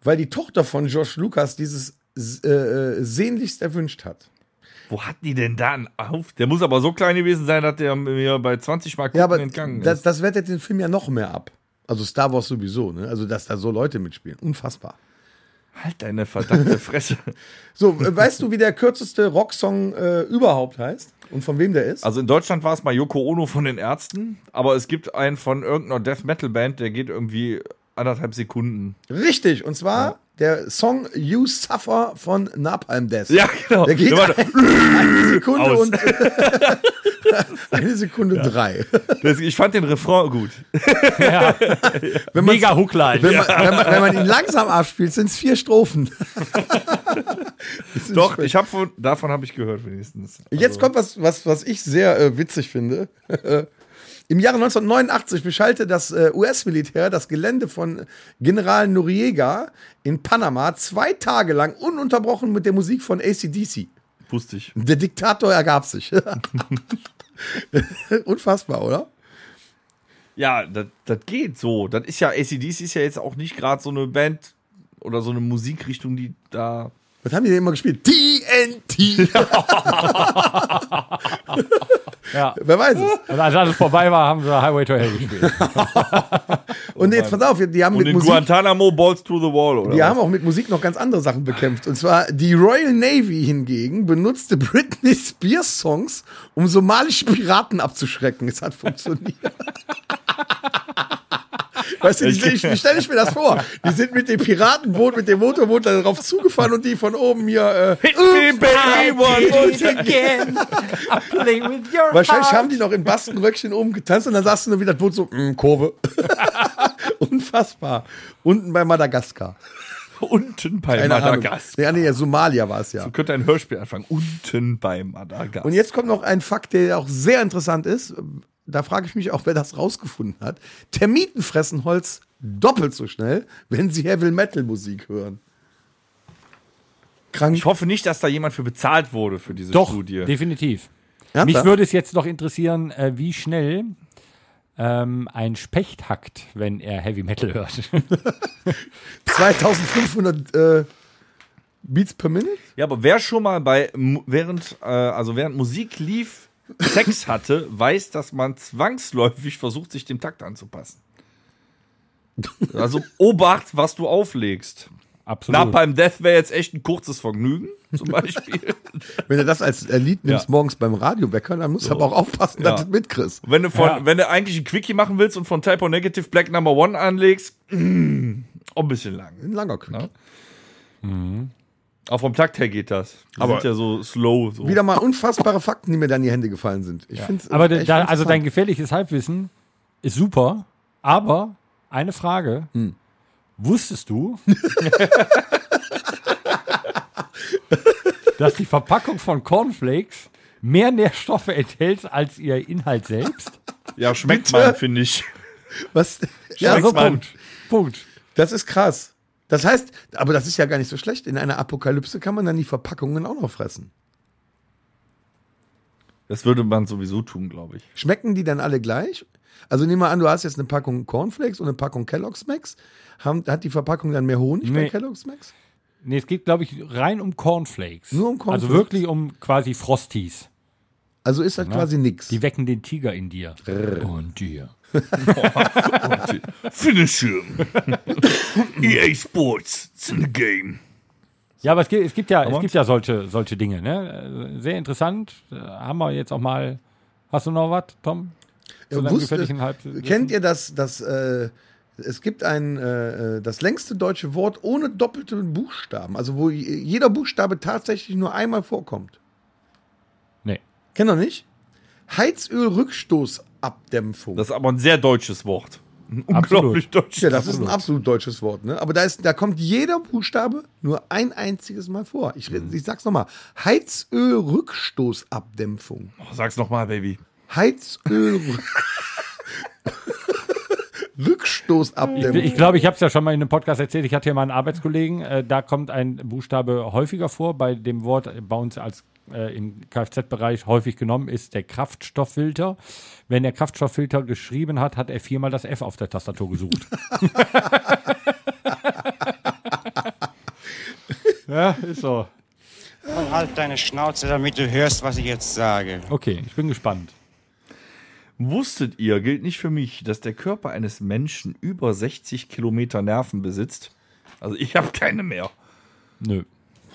Speaker 4: weil die Tochter von Josh Lucas dieses äh, äh, sehnlichst erwünscht hat.
Speaker 3: Wo hatten die denn da einen auf? Der muss aber so klein gewesen sein, dass der mir bei 20 Mal gucken
Speaker 4: Ja, aber
Speaker 3: entgangen
Speaker 4: das,
Speaker 3: ist.
Speaker 4: das wettet den Film ja noch mehr ab. Also Star Wars sowieso, ne? Also dass da so Leute mitspielen. Unfassbar.
Speaker 3: Halt deine verdammte Fresse.
Speaker 4: So, äh, weißt du, wie der kürzeste Rocksong äh, überhaupt heißt? Und von wem der ist?
Speaker 3: Also in Deutschland war es mal Yoko Ono von den Ärzten, aber es gibt einen von irgendeiner Death Metal Band, der geht irgendwie anderthalb Sekunden.
Speaker 4: Richtig, und zwar der Song You Suffer von Napalm Death.
Speaker 3: genau.
Speaker 4: Der geht
Speaker 3: Der war-
Speaker 4: eine Sekunde
Speaker 3: Aus.
Speaker 4: und eine Sekunde drei.
Speaker 3: Das, ich fand den Refrain gut.
Speaker 2: Mega Hookline.
Speaker 4: Wenn, man, wenn, man, wenn man ihn langsam abspielt, sind es vier Strophen. Das ist
Speaker 3: Doch,
Speaker 4: schwer.
Speaker 3: ich hab von, davon habe ich gehört wenigstens.
Speaker 4: Jetzt kommt was, was, was ich sehr äh, witzig finde. Im Jahre 1989 beschallte das äh, US-Militär das Gelände von General Noriega in Panama zwei Tage lang ununterbrochen mit der Musik von ACDC.
Speaker 3: Wusste ich.
Speaker 4: Der Diktator ergab sich. Unfassbar, oder?
Speaker 3: Ja, das das geht so. Das ist ja, ACDC ist ja jetzt auch nicht gerade so eine Band oder so eine Musikrichtung, die da.
Speaker 4: Was haben die denn immer gespielt? TNT!
Speaker 2: Ja.
Speaker 4: Wer weiß es?
Speaker 2: Und als alles vorbei war, haben sie Highway to Hell gespielt.
Speaker 4: Und jetzt pass auf, die haben
Speaker 3: Oh Und
Speaker 4: mit
Speaker 3: in
Speaker 4: Musik
Speaker 3: Guantanamo Balls to the Wall, oder?
Speaker 4: Die
Speaker 3: was?
Speaker 4: haben auch mit Musik noch ganz andere Sachen bekämpft. Und zwar die Royal Navy hingegen benutzte Britney Spears Songs, um somalische Piraten abzuschrecken. Es hat funktioniert. Weißt du, die, ich, wie stelle ich mir das vor? Die sind mit dem Piratenboot, mit dem Motorboot da drauf zugefahren und die von oben hier. Äh,
Speaker 3: Hit me, baby, one more time.
Speaker 5: Again, I play with your
Speaker 4: wahrscheinlich
Speaker 5: heart.
Speaker 4: haben die noch in Bastenröckchen oben getanzt und dann saßen nur wieder das Boot so, mm, Kurve. Unfassbar. Unten bei Madagaskar.
Speaker 3: Unten bei Madagaskar.
Speaker 4: Ahnung. Nee, nee, Somalia war es ja.
Speaker 3: Man könnte ein Hörspiel anfangen. Unten bei Madagaskar.
Speaker 4: Und jetzt kommt noch ein Fakt, der auch sehr interessant ist. Da frage ich mich auch, wer das rausgefunden hat. Termiten fressen Holz doppelt so schnell, wenn sie Heavy Metal Musik hören. Krank.
Speaker 3: Ich hoffe nicht, dass da jemand für bezahlt wurde für diese
Speaker 2: Doch,
Speaker 3: Studie.
Speaker 2: definitiv.
Speaker 4: Ernsthaft?
Speaker 2: Mich würde es jetzt noch interessieren, äh, wie schnell ähm, ein Specht hackt, wenn er Heavy Metal hört.
Speaker 4: 2500 äh, Beats per Minute?
Speaker 3: Ja, aber wer schon mal bei mu- während äh, also während Musik lief Sex hatte, weiß, dass man zwangsläufig versucht, sich dem Takt anzupassen. Also obacht, was du auflegst.
Speaker 2: Absolut.
Speaker 3: Napalm Death wäre jetzt echt ein kurzes Vergnügen, zum Beispiel.
Speaker 4: Wenn du das als äh, Lied nimmst
Speaker 3: Ja.
Speaker 4: morgens beim Radiowecker, dann musst du aber auch aufpassen, dass
Speaker 3: Ja.
Speaker 4: du es mitkriegst.
Speaker 3: wenn, du von,
Speaker 2: Ja.
Speaker 3: wenn du eigentlich ein Quickie machen willst und von Typo Negative Black Number One anlegst, mm, auch ein bisschen lang.
Speaker 4: Ein langer Quick.
Speaker 3: Ja. Auch vom Takt her geht das. Die aber sind ja so slow. So.
Speaker 4: Wieder mal unfassbare Fakten, die mir dann in die Hände gefallen sind. Ich find's
Speaker 2: Aber
Speaker 4: echt
Speaker 2: da, also
Speaker 4: interessant.
Speaker 2: dein gefährliches Halbwissen ist super, aber eine Frage.
Speaker 4: Hm.
Speaker 2: Wusstest du, dass die Verpackung von Cornflakes mehr Nährstoffe enthält als ihr Inhalt selbst?
Speaker 3: ja, schmeckt man, finde ich.
Speaker 4: Was? Ja,
Speaker 2: Also
Speaker 4: so,
Speaker 3: Mann.
Speaker 2: Punkt. Punkt.
Speaker 4: das ist krass. Das heißt, aber das ist ja gar nicht so schlecht. In einer Apokalypse kann man dann die Verpackungen auch noch fressen.
Speaker 3: Das würde man sowieso tun, glaube ich.
Speaker 4: Schmecken die dann alle gleich? Also nehmen wir an, du hast jetzt eine Packung Cornflakes und eine Packung Kellogg's Max. Haben, hat die Verpackung dann mehr Honig bei
Speaker 2: Nee.
Speaker 4: Kellogg's Max?
Speaker 2: Nee, es geht, glaube ich, rein um Cornflakes.
Speaker 4: Nur um Cornflakes?
Speaker 2: Also wirklich um quasi Frosties.
Speaker 4: Also ist das quasi nix.
Speaker 2: Die wecken den Tiger in dir. Und dir.
Speaker 3: Finish him. EA E Sports, it's in the game.
Speaker 2: Ja, aber es gibt, es gibt ja, es gibt ja solche, solche Dinge. Ne? Äh, Sehr interessant. Äh, Haben wir jetzt auch mal. Hast du noch was, Tom? Zu deinem
Speaker 4: Äh, wusste-
Speaker 2: gefährlichen Halbwissen?
Speaker 4: Kennt ihr das, das äh, es gibt ein, äh, äh, das längste deutsche Wort ohne doppelte Buchstaben, also wo j- jeder Buchstabe tatsächlich nur einmal vorkommt.
Speaker 2: Nee.
Speaker 4: Kennt ihr nicht? Heizölrückstoßabdämpfung.
Speaker 3: Das ist aber ein sehr deutsches Wort. Ein
Speaker 2: Absolut.
Speaker 3: unglaublich deutsches
Speaker 4: ja, das ist ein absolut deutsches Wort, ne? Aber da, ist, da kommt jeder Buchstabe nur ein einziges Mal vor. Ich,
Speaker 2: Mhm.
Speaker 4: red- ich sag's nochmal. Heizölrückstoßabdämpfung.
Speaker 3: Wort. Oh, sag's nochmal, Baby.
Speaker 4: Heizöl.
Speaker 2: Ich,
Speaker 4: Rückstoßabdämpfung.
Speaker 2: ich glaube, ich habe es ja schon mal in einem Podcast erzählt. Ich hatte hier mal einen Arbeitskollegen, äh, da kommt ein Buchstabe häufiger vor. Bei dem Wort äh, bei uns als äh, im Kfz-Bereich häufig genommen ist der Kraftstofffilter. Wenn der Kraftstofffilter geschrieben hat, hat er viermal das F auf der Tastatur gesucht. ja, ist so.
Speaker 6: Halt deine Schnauze, damit du hörst, was ich jetzt sage.
Speaker 2: Okay, ich bin gespannt.
Speaker 3: Wusstet ihr, gilt nicht für mich, dass der Körper eines Menschen über 60 Kilometer Nerven besitzt? Also ich habe keine mehr.
Speaker 2: Nö.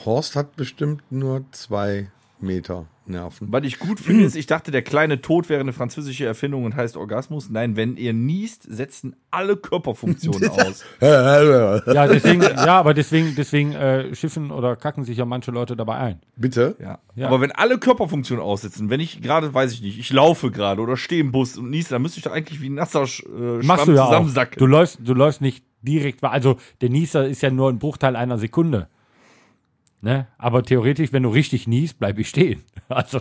Speaker 4: Horst hat bestimmt nur zwei Meter Nerven.
Speaker 3: Was ich gut finde, ist, ich dachte, der kleine Tod wäre eine französische Erfindung und heißt Orgasmus. Nein, wenn ihr niest, setzen alle Körperfunktionen aus.
Speaker 2: Ja, deswegen, ja aber deswegen, deswegen äh, schiffen oder kacken sich ja manche Leute dabei ein.
Speaker 4: Bitte?
Speaker 3: Ja.
Speaker 2: Ja.
Speaker 3: Aber wenn alle Körperfunktionen aussetzen, wenn ich gerade, weiß ich nicht, ich laufe gerade oder stehe im Bus und niese, dann müsste ich da eigentlich wie ein nasser Sch- äh,
Speaker 2: Machst du ja auch.
Speaker 3: zusammensacken.
Speaker 2: Du läufst, du läufst nicht direkt, wa- also der Nieser ist ja nur ein Bruchteil einer Sekunde. Ne? Aber theoretisch, wenn du richtig niest, bleib ich stehen. Also,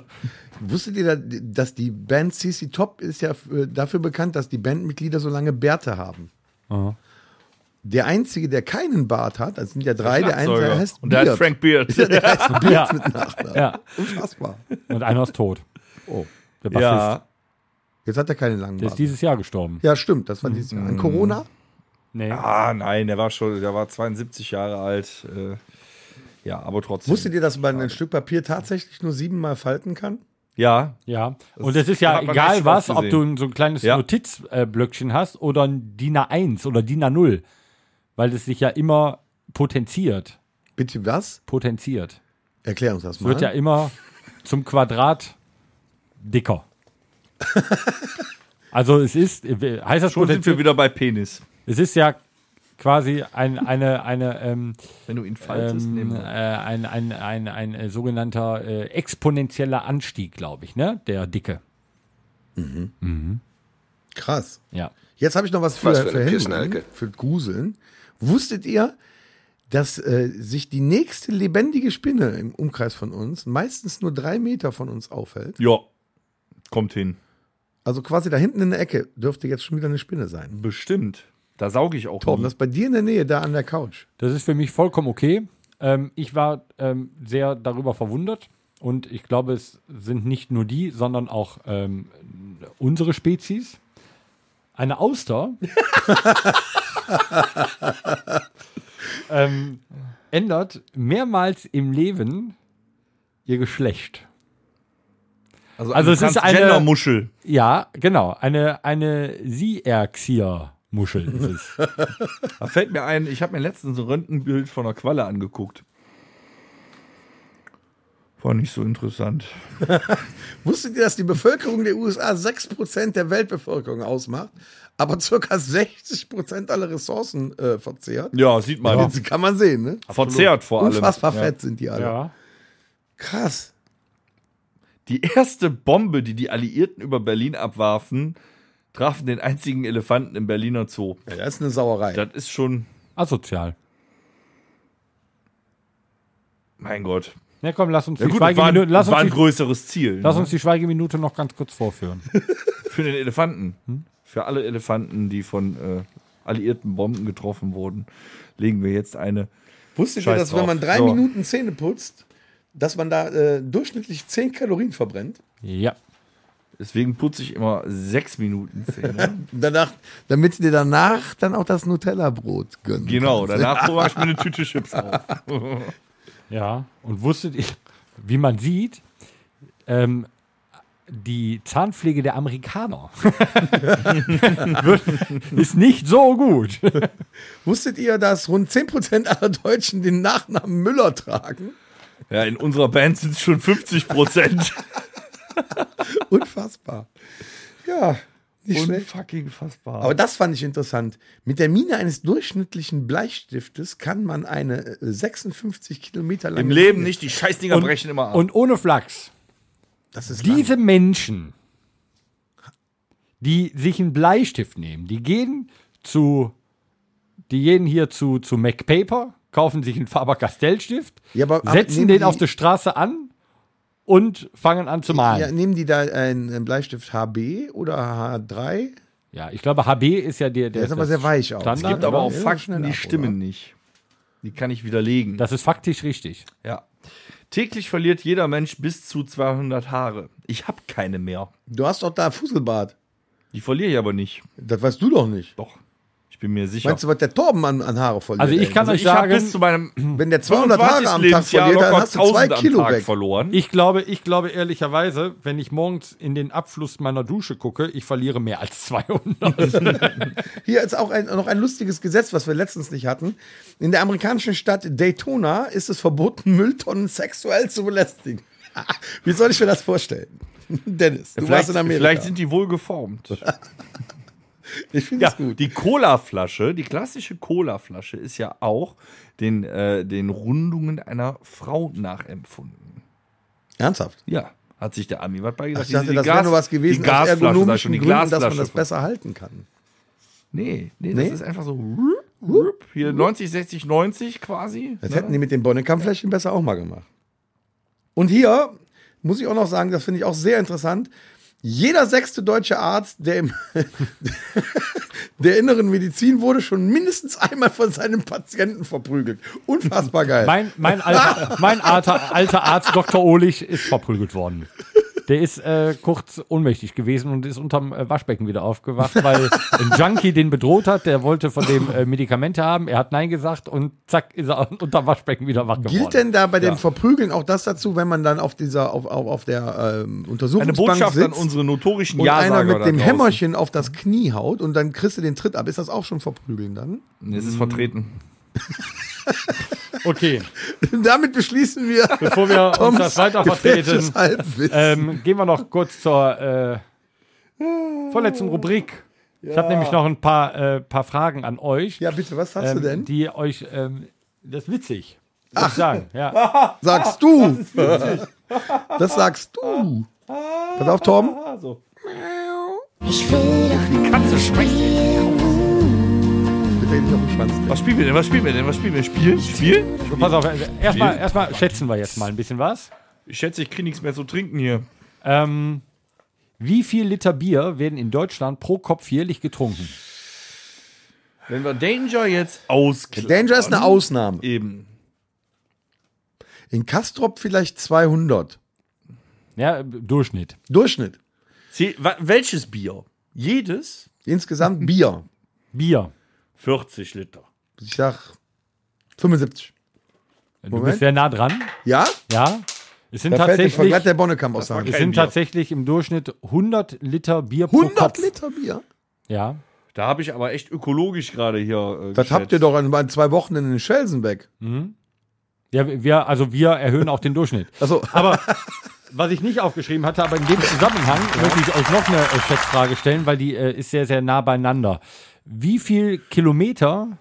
Speaker 4: Wusstet ihr, da- dass die Band CC Top ist ja äh, dafür bekannt, dass die Bandmitglieder so lange Bärte haben? Der einzige, der keinen Bart hat, das sind ja drei, der eine
Speaker 3: Schlagzeuger.
Speaker 4: der heißt
Speaker 3: und der heißt Frank
Speaker 4: Beard.
Speaker 3: Beard.
Speaker 4: Der heißt Beard
Speaker 2: Ja.
Speaker 4: mit Nachnamen.
Speaker 2: ja.
Speaker 4: Unfassbar.
Speaker 2: Und einer ist tot.
Speaker 4: Oh.
Speaker 2: Der Bassist.
Speaker 3: ja.
Speaker 4: Jetzt hat er keine langen
Speaker 2: Der ist
Speaker 4: Bart.
Speaker 2: dieses Jahr gestorben.
Speaker 4: Ja, stimmt, das war dieses Jahr.
Speaker 3: Mm.
Speaker 4: An Corona?
Speaker 2: Nee.
Speaker 3: Ah, nein, der war schon, der war 72 Jahre alt. Äh, ja, aber trotzdem.
Speaker 4: Wusstet ihr, dass man ein Stück Papier tatsächlich nur siebenmal falten kann?
Speaker 3: Ja.
Speaker 2: Ja. Und es ist ja
Speaker 3: hat man
Speaker 2: egal
Speaker 3: echt
Speaker 2: was,
Speaker 3: oft
Speaker 2: ob du
Speaker 3: gesehen.
Speaker 2: ein- so ein kleines
Speaker 3: Ja.
Speaker 2: Notizblöckchen hast oder ein DIN A1 oder DIN A0. Weil es sich ja immer potenziert.
Speaker 4: Bitte was?
Speaker 2: Potenziert.
Speaker 4: Erklär uns das mal.
Speaker 2: Wird ja immer zum Quadrat dicker. also es ist, äh, heißt das
Speaker 3: Schon sind wir
Speaker 2: potenziell,
Speaker 3: wieder bei Penis.
Speaker 2: es ist ja quasi ein, eine, eine, ähm,
Speaker 3: Wenn du ihn faltest,
Speaker 2: ähm, äh,
Speaker 3: nehmen
Speaker 2: ein, ein, ein, ein äh, sogenannter äh, exponentieller Anstieg, glaube ich, ne? Der Dicke.
Speaker 4: Krass.
Speaker 2: Ja.
Speaker 4: Jetzt habe ich noch was für,
Speaker 7: Was für
Speaker 4: für,
Speaker 7: eine
Speaker 4: Händeln,
Speaker 7: Piercen-Elke.
Speaker 4: für Gruseln. Wusstet ihr, dass äh, sich die nächste lebendige Spinne im Umkreis von uns meistens nur drei Meter von uns aufhält?
Speaker 3: Ja. Kommt hin.
Speaker 4: Also quasi da hinten in der Ecke dürfte jetzt schon wieder eine Spinne sein.
Speaker 3: Bestimmt. Da sauge ich auch
Speaker 4: Torben,
Speaker 3: nie.
Speaker 4: das ist bei dir in der Nähe, da an der Couch.
Speaker 2: Das ist für mich vollkommen okay. Ähm, ich war ähm, sehr darüber verwundert und ich glaube, es sind nicht nur die, sondern auch ähm, unsere Spezies. Eine Auster ähm, ändert mehrmals im Leben ihr Geschlecht. Also es ist eine-
Speaker 3: Transgender-Muschel.
Speaker 2: Ja, genau. Eine, eine Sierxier-Muschel ist es.
Speaker 3: Da fällt mir ein, ich habe mir letztens ein Röntgenbild von einer Qualle angeguckt. War nicht so interessant.
Speaker 4: Wusstet ihr, dass die Bevölkerung der USA 6% der Weltbevölkerung ausmacht, aber circa 60% aller Ressourcen äh, verzehrt?
Speaker 3: Ja, sieht man.
Speaker 4: Das kann man sehen, ne?
Speaker 3: Verzehrt vor allem.
Speaker 4: Unfassbar
Speaker 3: Ja.
Speaker 4: fett sind die alle. Krass.
Speaker 3: Die erste Bombe, die die Alliierten über Berlin abwarfen, trafen den einzigen Elefanten im Berliner Zoo.
Speaker 4: Ja, das ist eine Sauerei.
Speaker 3: Das ist schon,
Speaker 2: Also, Asozial.
Speaker 3: mein Gott.
Speaker 2: Na komm, lass uns, die,
Speaker 3: war, ein-
Speaker 2: Schweigeminute, lass,
Speaker 3: war
Speaker 2: uns
Speaker 3: ein
Speaker 2: die,
Speaker 3: größeres Ziel.
Speaker 2: lass
Speaker 3: ne?
Speaker 2: uns die Schweigeminute noch ganz kurz vorführen.
Speaker 3: Für den Elefanten.
Speaker 2: Hm?
Speaker 3: Für alle Elefanten, die von äh, alliierten Bomben getroffen wurden, legen wir jetzt eine.
Speaker 4: Wusstet ihr,
Speaker 3: Scheiß
Speaker 4: dass wenn
Speaker 3: drauf.
Speaker 4: man drei
Speaker 3: So.
Speaker 4: Minuten Zähne putzt, dass man da äh, durchschnittlich 10 Kalorien verbrennt?
Speaker 2: ja.
Speaker 3: Deswegen putze ich immer sechs Minuten ne? Zähne.
Speaker 4: Danach, damit dir danach dann auch das Nutella-Brot gönnen.
Speaker 3: genau,
Speaker 4: kannst.
Speaker 3: danach mache ich mir eine Tüte Chips auf.
Speaker 2: Ja. Und wusstet ihr, wie man sieht, ähm, die Zahnpflege der Amerikaner wird- ist nicht so gut.
Speaker 4: Wusstet ihr, dass rund 10% aller Deutschen den Nachnamen Müller tragen?
Speaker 3: Ja, in unserer Band sind es schon 50 Prozent.
Speaker 4: Unfassbar. Ja, nicht schlecht.
Speaker 3: fucking fassbar.
Speaker 4: Aber das fand ich interessant. Mit der Mine eines durchschnittlichen Bleistiftes kann man eine äh, 56 Kilometer lange.
Speaker 3: Im Leben nicht, die Scheißdinger brechen immer ab.
Speaker 2: Und ohne Flachs.
Speaker 4: Das ist lang.
Speaker 2: Diese Menschen, die sich einen Bleistift nehmen, die gehen zu, die gehen hier zu, zu MacPaper, kaufen sich einen Faber-Castell-Stift,
Speaker 4: Ja, aber ab-
Speaker 2: setzen
Speaker 4: nehmen
Speaker 2: den
Speaker 4: die-
Speaker 2: auf der Straße an und fangen an zu
Speaker 4: Ja,
Speaker 2: malen.
Speaker 4: nehmen die da einen Bleistift HB oder H3?
Speaker 2: Ja, ich glaube, HB ist ja der, der,
Speaker 4: ist aber
Speaker 2: das
Speaker 4: sehr weich auch.
Speaker 2: Standard,
Speaker 4: Es
Speaker 3: gibt aber
Speaker 4: Ja,
Speaker 3: auch
Speaker 4: ja,
Speaker 3: Fakten,
Speaker 4: schnell
Speaker 3: die
Speaker 4: ab,
Speaker 3: stimmen
Speaker 4: oder?
Speaker 3: nicht. Die kann ich widerlegen.
Speaker 2: Das ist faktisch richtig.
Speaker 3: ja. Täglich verliert jeder Mensch bis zu 200 Haare. Ich habe keine mehr.
Speaker 4: Du hast doch da Fusselbart.
Speaker 3: Die verliere ich aber nicht.
Speaker 4: Das weißt du doch nicht.
Speaker 3: Doch. Ich bin mir sicher.
Speaker 4: Meinst du, was der Torben an, an Haare verliert?
Speaker 2: Also ich
Speaker 4: ey?
Speaker 2: kann euch
Speaker 3: hab
Speaker 2: sagen,
Speaker 3: bis zu meinem
Speaker 4: Wenn der 200 Haare
Speaker 3: 25.
Speaker 4: am Tag
Speaker 3: Lebensjahr
Speaker 4: verliert, dann
Speaker 3: locker
Speaker 4: hast du zwei
Speaker 3: 1000 am
Speaker 4: Kilo
Speaker 3: Tag
Speaker 4: weg.
Speaker 3: verloren.
Speaker 2: Ich glaube, ich glaube ehrlicherweise, wenn ich morgens in den Abfluss meiner Dusche gucke, ich verliere mehr als 200.
Speaker 4: Hier ist auch ein, noch ein lustiges Gesetz, was wir letztens nicht hatten. In der amerikanischen Stadt Daytona ist es verboten, Mülltonnen sexuell zu belästigen. Wie soll ich mir das vorstellen? Dennis, du warst
Speaker 3: vielleicht,
Speaker 4: in Amerika.
Speaker 3: vielleicht sind die wohl geformt.
Speaker 4: ich finde
Speaker 3: Ja,
Speaker 4: es gut.
Speaker 3: die Cola-Flasche, die klassische Cola-Flasche ist ja auch den, äh, den Rundungen einer Frau nachempfunden.
Speaker 4: Ernsthaft.
Speaker 3: Ja. Hat sich der Ami was
Speaker 4: Ach,
Speaker 3: beigedacht.
Speaker 4: ich dachte,
Speaker 3: Diese-
Speaker 4: das wäre nur was gewesen
Speaker 3: die Gasflasche, sag ich schon, die
Speaker 4: Gründen, dass man
Speaker 3: Glasflasche.
Speaker 4: das besser halten kann.
Speaker 3: Nee, nee,
Speaker 4: Nee?
Speaker 3: das ist einfach so wup, wup, hier 90, 60, 90 quasi.
Speaker 4: Das
Speaker 3: ne?
Speaker 4: hätten die mit den Bonnekamp-Fläschchen besser auch mal gemacht. Und hier muss ich auch noch sagen, das finde ich auch sehr interessant. Jeder sechste deutsche Arzt, der im der inneren Medizin wurde, schon mindestens einmal von seinem Patienten verprügelt. Unfassbar geil.
Speaker 2: mein, mein, alter, mein alter, alter Arzt Dr. Ohlich ist verprügelt worden. Der ist äh, kurz ohnmächtig gewesen und ist unterm äh, Waschbecken wieder aufgewacht, weil ein Junkie den bedroht hat. Der wollte von dem äh, Medikamente haben. Er hat Nein gesagt und zack, ist er unterm Waschbecken wieder wach geworden.
Speaker 4: Gilt denn da bei dem Verprügeln auch das dazu, wenn man dann auf dieser auf, auf, auf der ähm,
Speaker 3: Eine
Speaker 4: Untersuchungsbank
Speaker 3: Botschaft
Speaker 4: sitzt
Speaker 3: an unsere notorischen
Speaker 4: und
Speaker 3: Ja-Sager
Speaker 4: einer mit
Speaker 3: da
Speaker 4: dem
Speaker 3: draußen.
Speaker 4: Hämmerchen auf das Knie haut und dann kriegst du den Tritt ab? Ist das auch schon verprügeln dann?
Speaker 3: Nee, Es ist vertreten.
Speaker 2: Okay,
Speaker 4: Damit beschließen wir
Speaker 2: bevor wir uns Um das weiter vertreten,
Speaker 4: gefährliches Halbwissen.
Speaker 2: ähm, gehen wir noch kurz zur äh, vorletzten Rubrik. Ich habe nämlich noch ein paar, äh, paar Fragen an euch.
Speaker 4: ja, bitte, was hast
Speaker 2: ähm,
Speaker 4: du denn?
Speaker 2: Die euch, ähm, das ist witzig. Ach. Ich sagen, ja. Ah,
Speaker 4: Sagst du. Das, sagst du. Pass auf, Tom.
Speaker 2: Ah,
Speaker 7: Ich will doch nur
Speaker 3: Katze spricht.
Speaker 4: Bitte nicht auf den Schwanz. treten.
Speaker 3: Was spielen wir denn? Was spielen wir denn? Was spielen wir? Spielen? Spielen?
Speaker 2: So, pass auf, äh, erstmal erstmal schätzen wir jetzt mal ein bisschen was.
Speaker 3: Ich schätze, ich kriege nichts mehr zu trinken hier.
Speaker 2: Ähm, wie viel Liter Bier werden in Deutschland pro Kopf jährlich getrunken?
Speaker 3: Wenn wir Danger jetzt ausklären.
Speaker 4: Danger ist eine Ausnahme.
Speaker 3: Eben.
Speaker 4: In Kastrop vielleicht 200.
Speaker 2: Ja, Durchschnitt.
Speaker 4: Durchschnitt.
Speaker 3: Zäh- wa- Welches Bier? Jedes?
Speaker 4: Insgesamt Bier.
Speaker 2: Bier.
Speaker 3: 40 Liter.
Speaker 4: Ich sag 75.
Speaker 2: Du
Speaker 4: Moment.
Speaker 2: bist sehr nah dran.
Speaker 4: Ja?
Speaker 2: Ja. Es sind
Speaker 4: Da fällt mir von
Speaker 2: tatsächlich,
Speaker 4: glatt der Bonnekamp aus sagen.
Speaker 2: es sind tatsächlich im Durchschnitt 100 Liter Bier pro
Speaker 4: 100
Speaker 2: Kopf.
Speaker 4: Liter Bier?
Speaker 2: Ja.
Speaker 3: Da habe ich aber echt ökologisch gerade hier. Äh,
Speaker 4: Das habt ihr
Speaker 3: geschätzt.
Speaker 4: doch an an zwei Wochen in Schelsenbeck.
Speaker 2: Ja, wir, also wir erhöhen auch den Durchschnitt.
Speaker 4: Achso,
Speaker 2: Aber was ich nicht aufgeschrieben hatte, aber in dem Zusammenhang möchte ich euch noch eine äh, Schätzfrage stellen, weil die äh, ist sehr, sehr nah beieinander. Wie viel Kilometer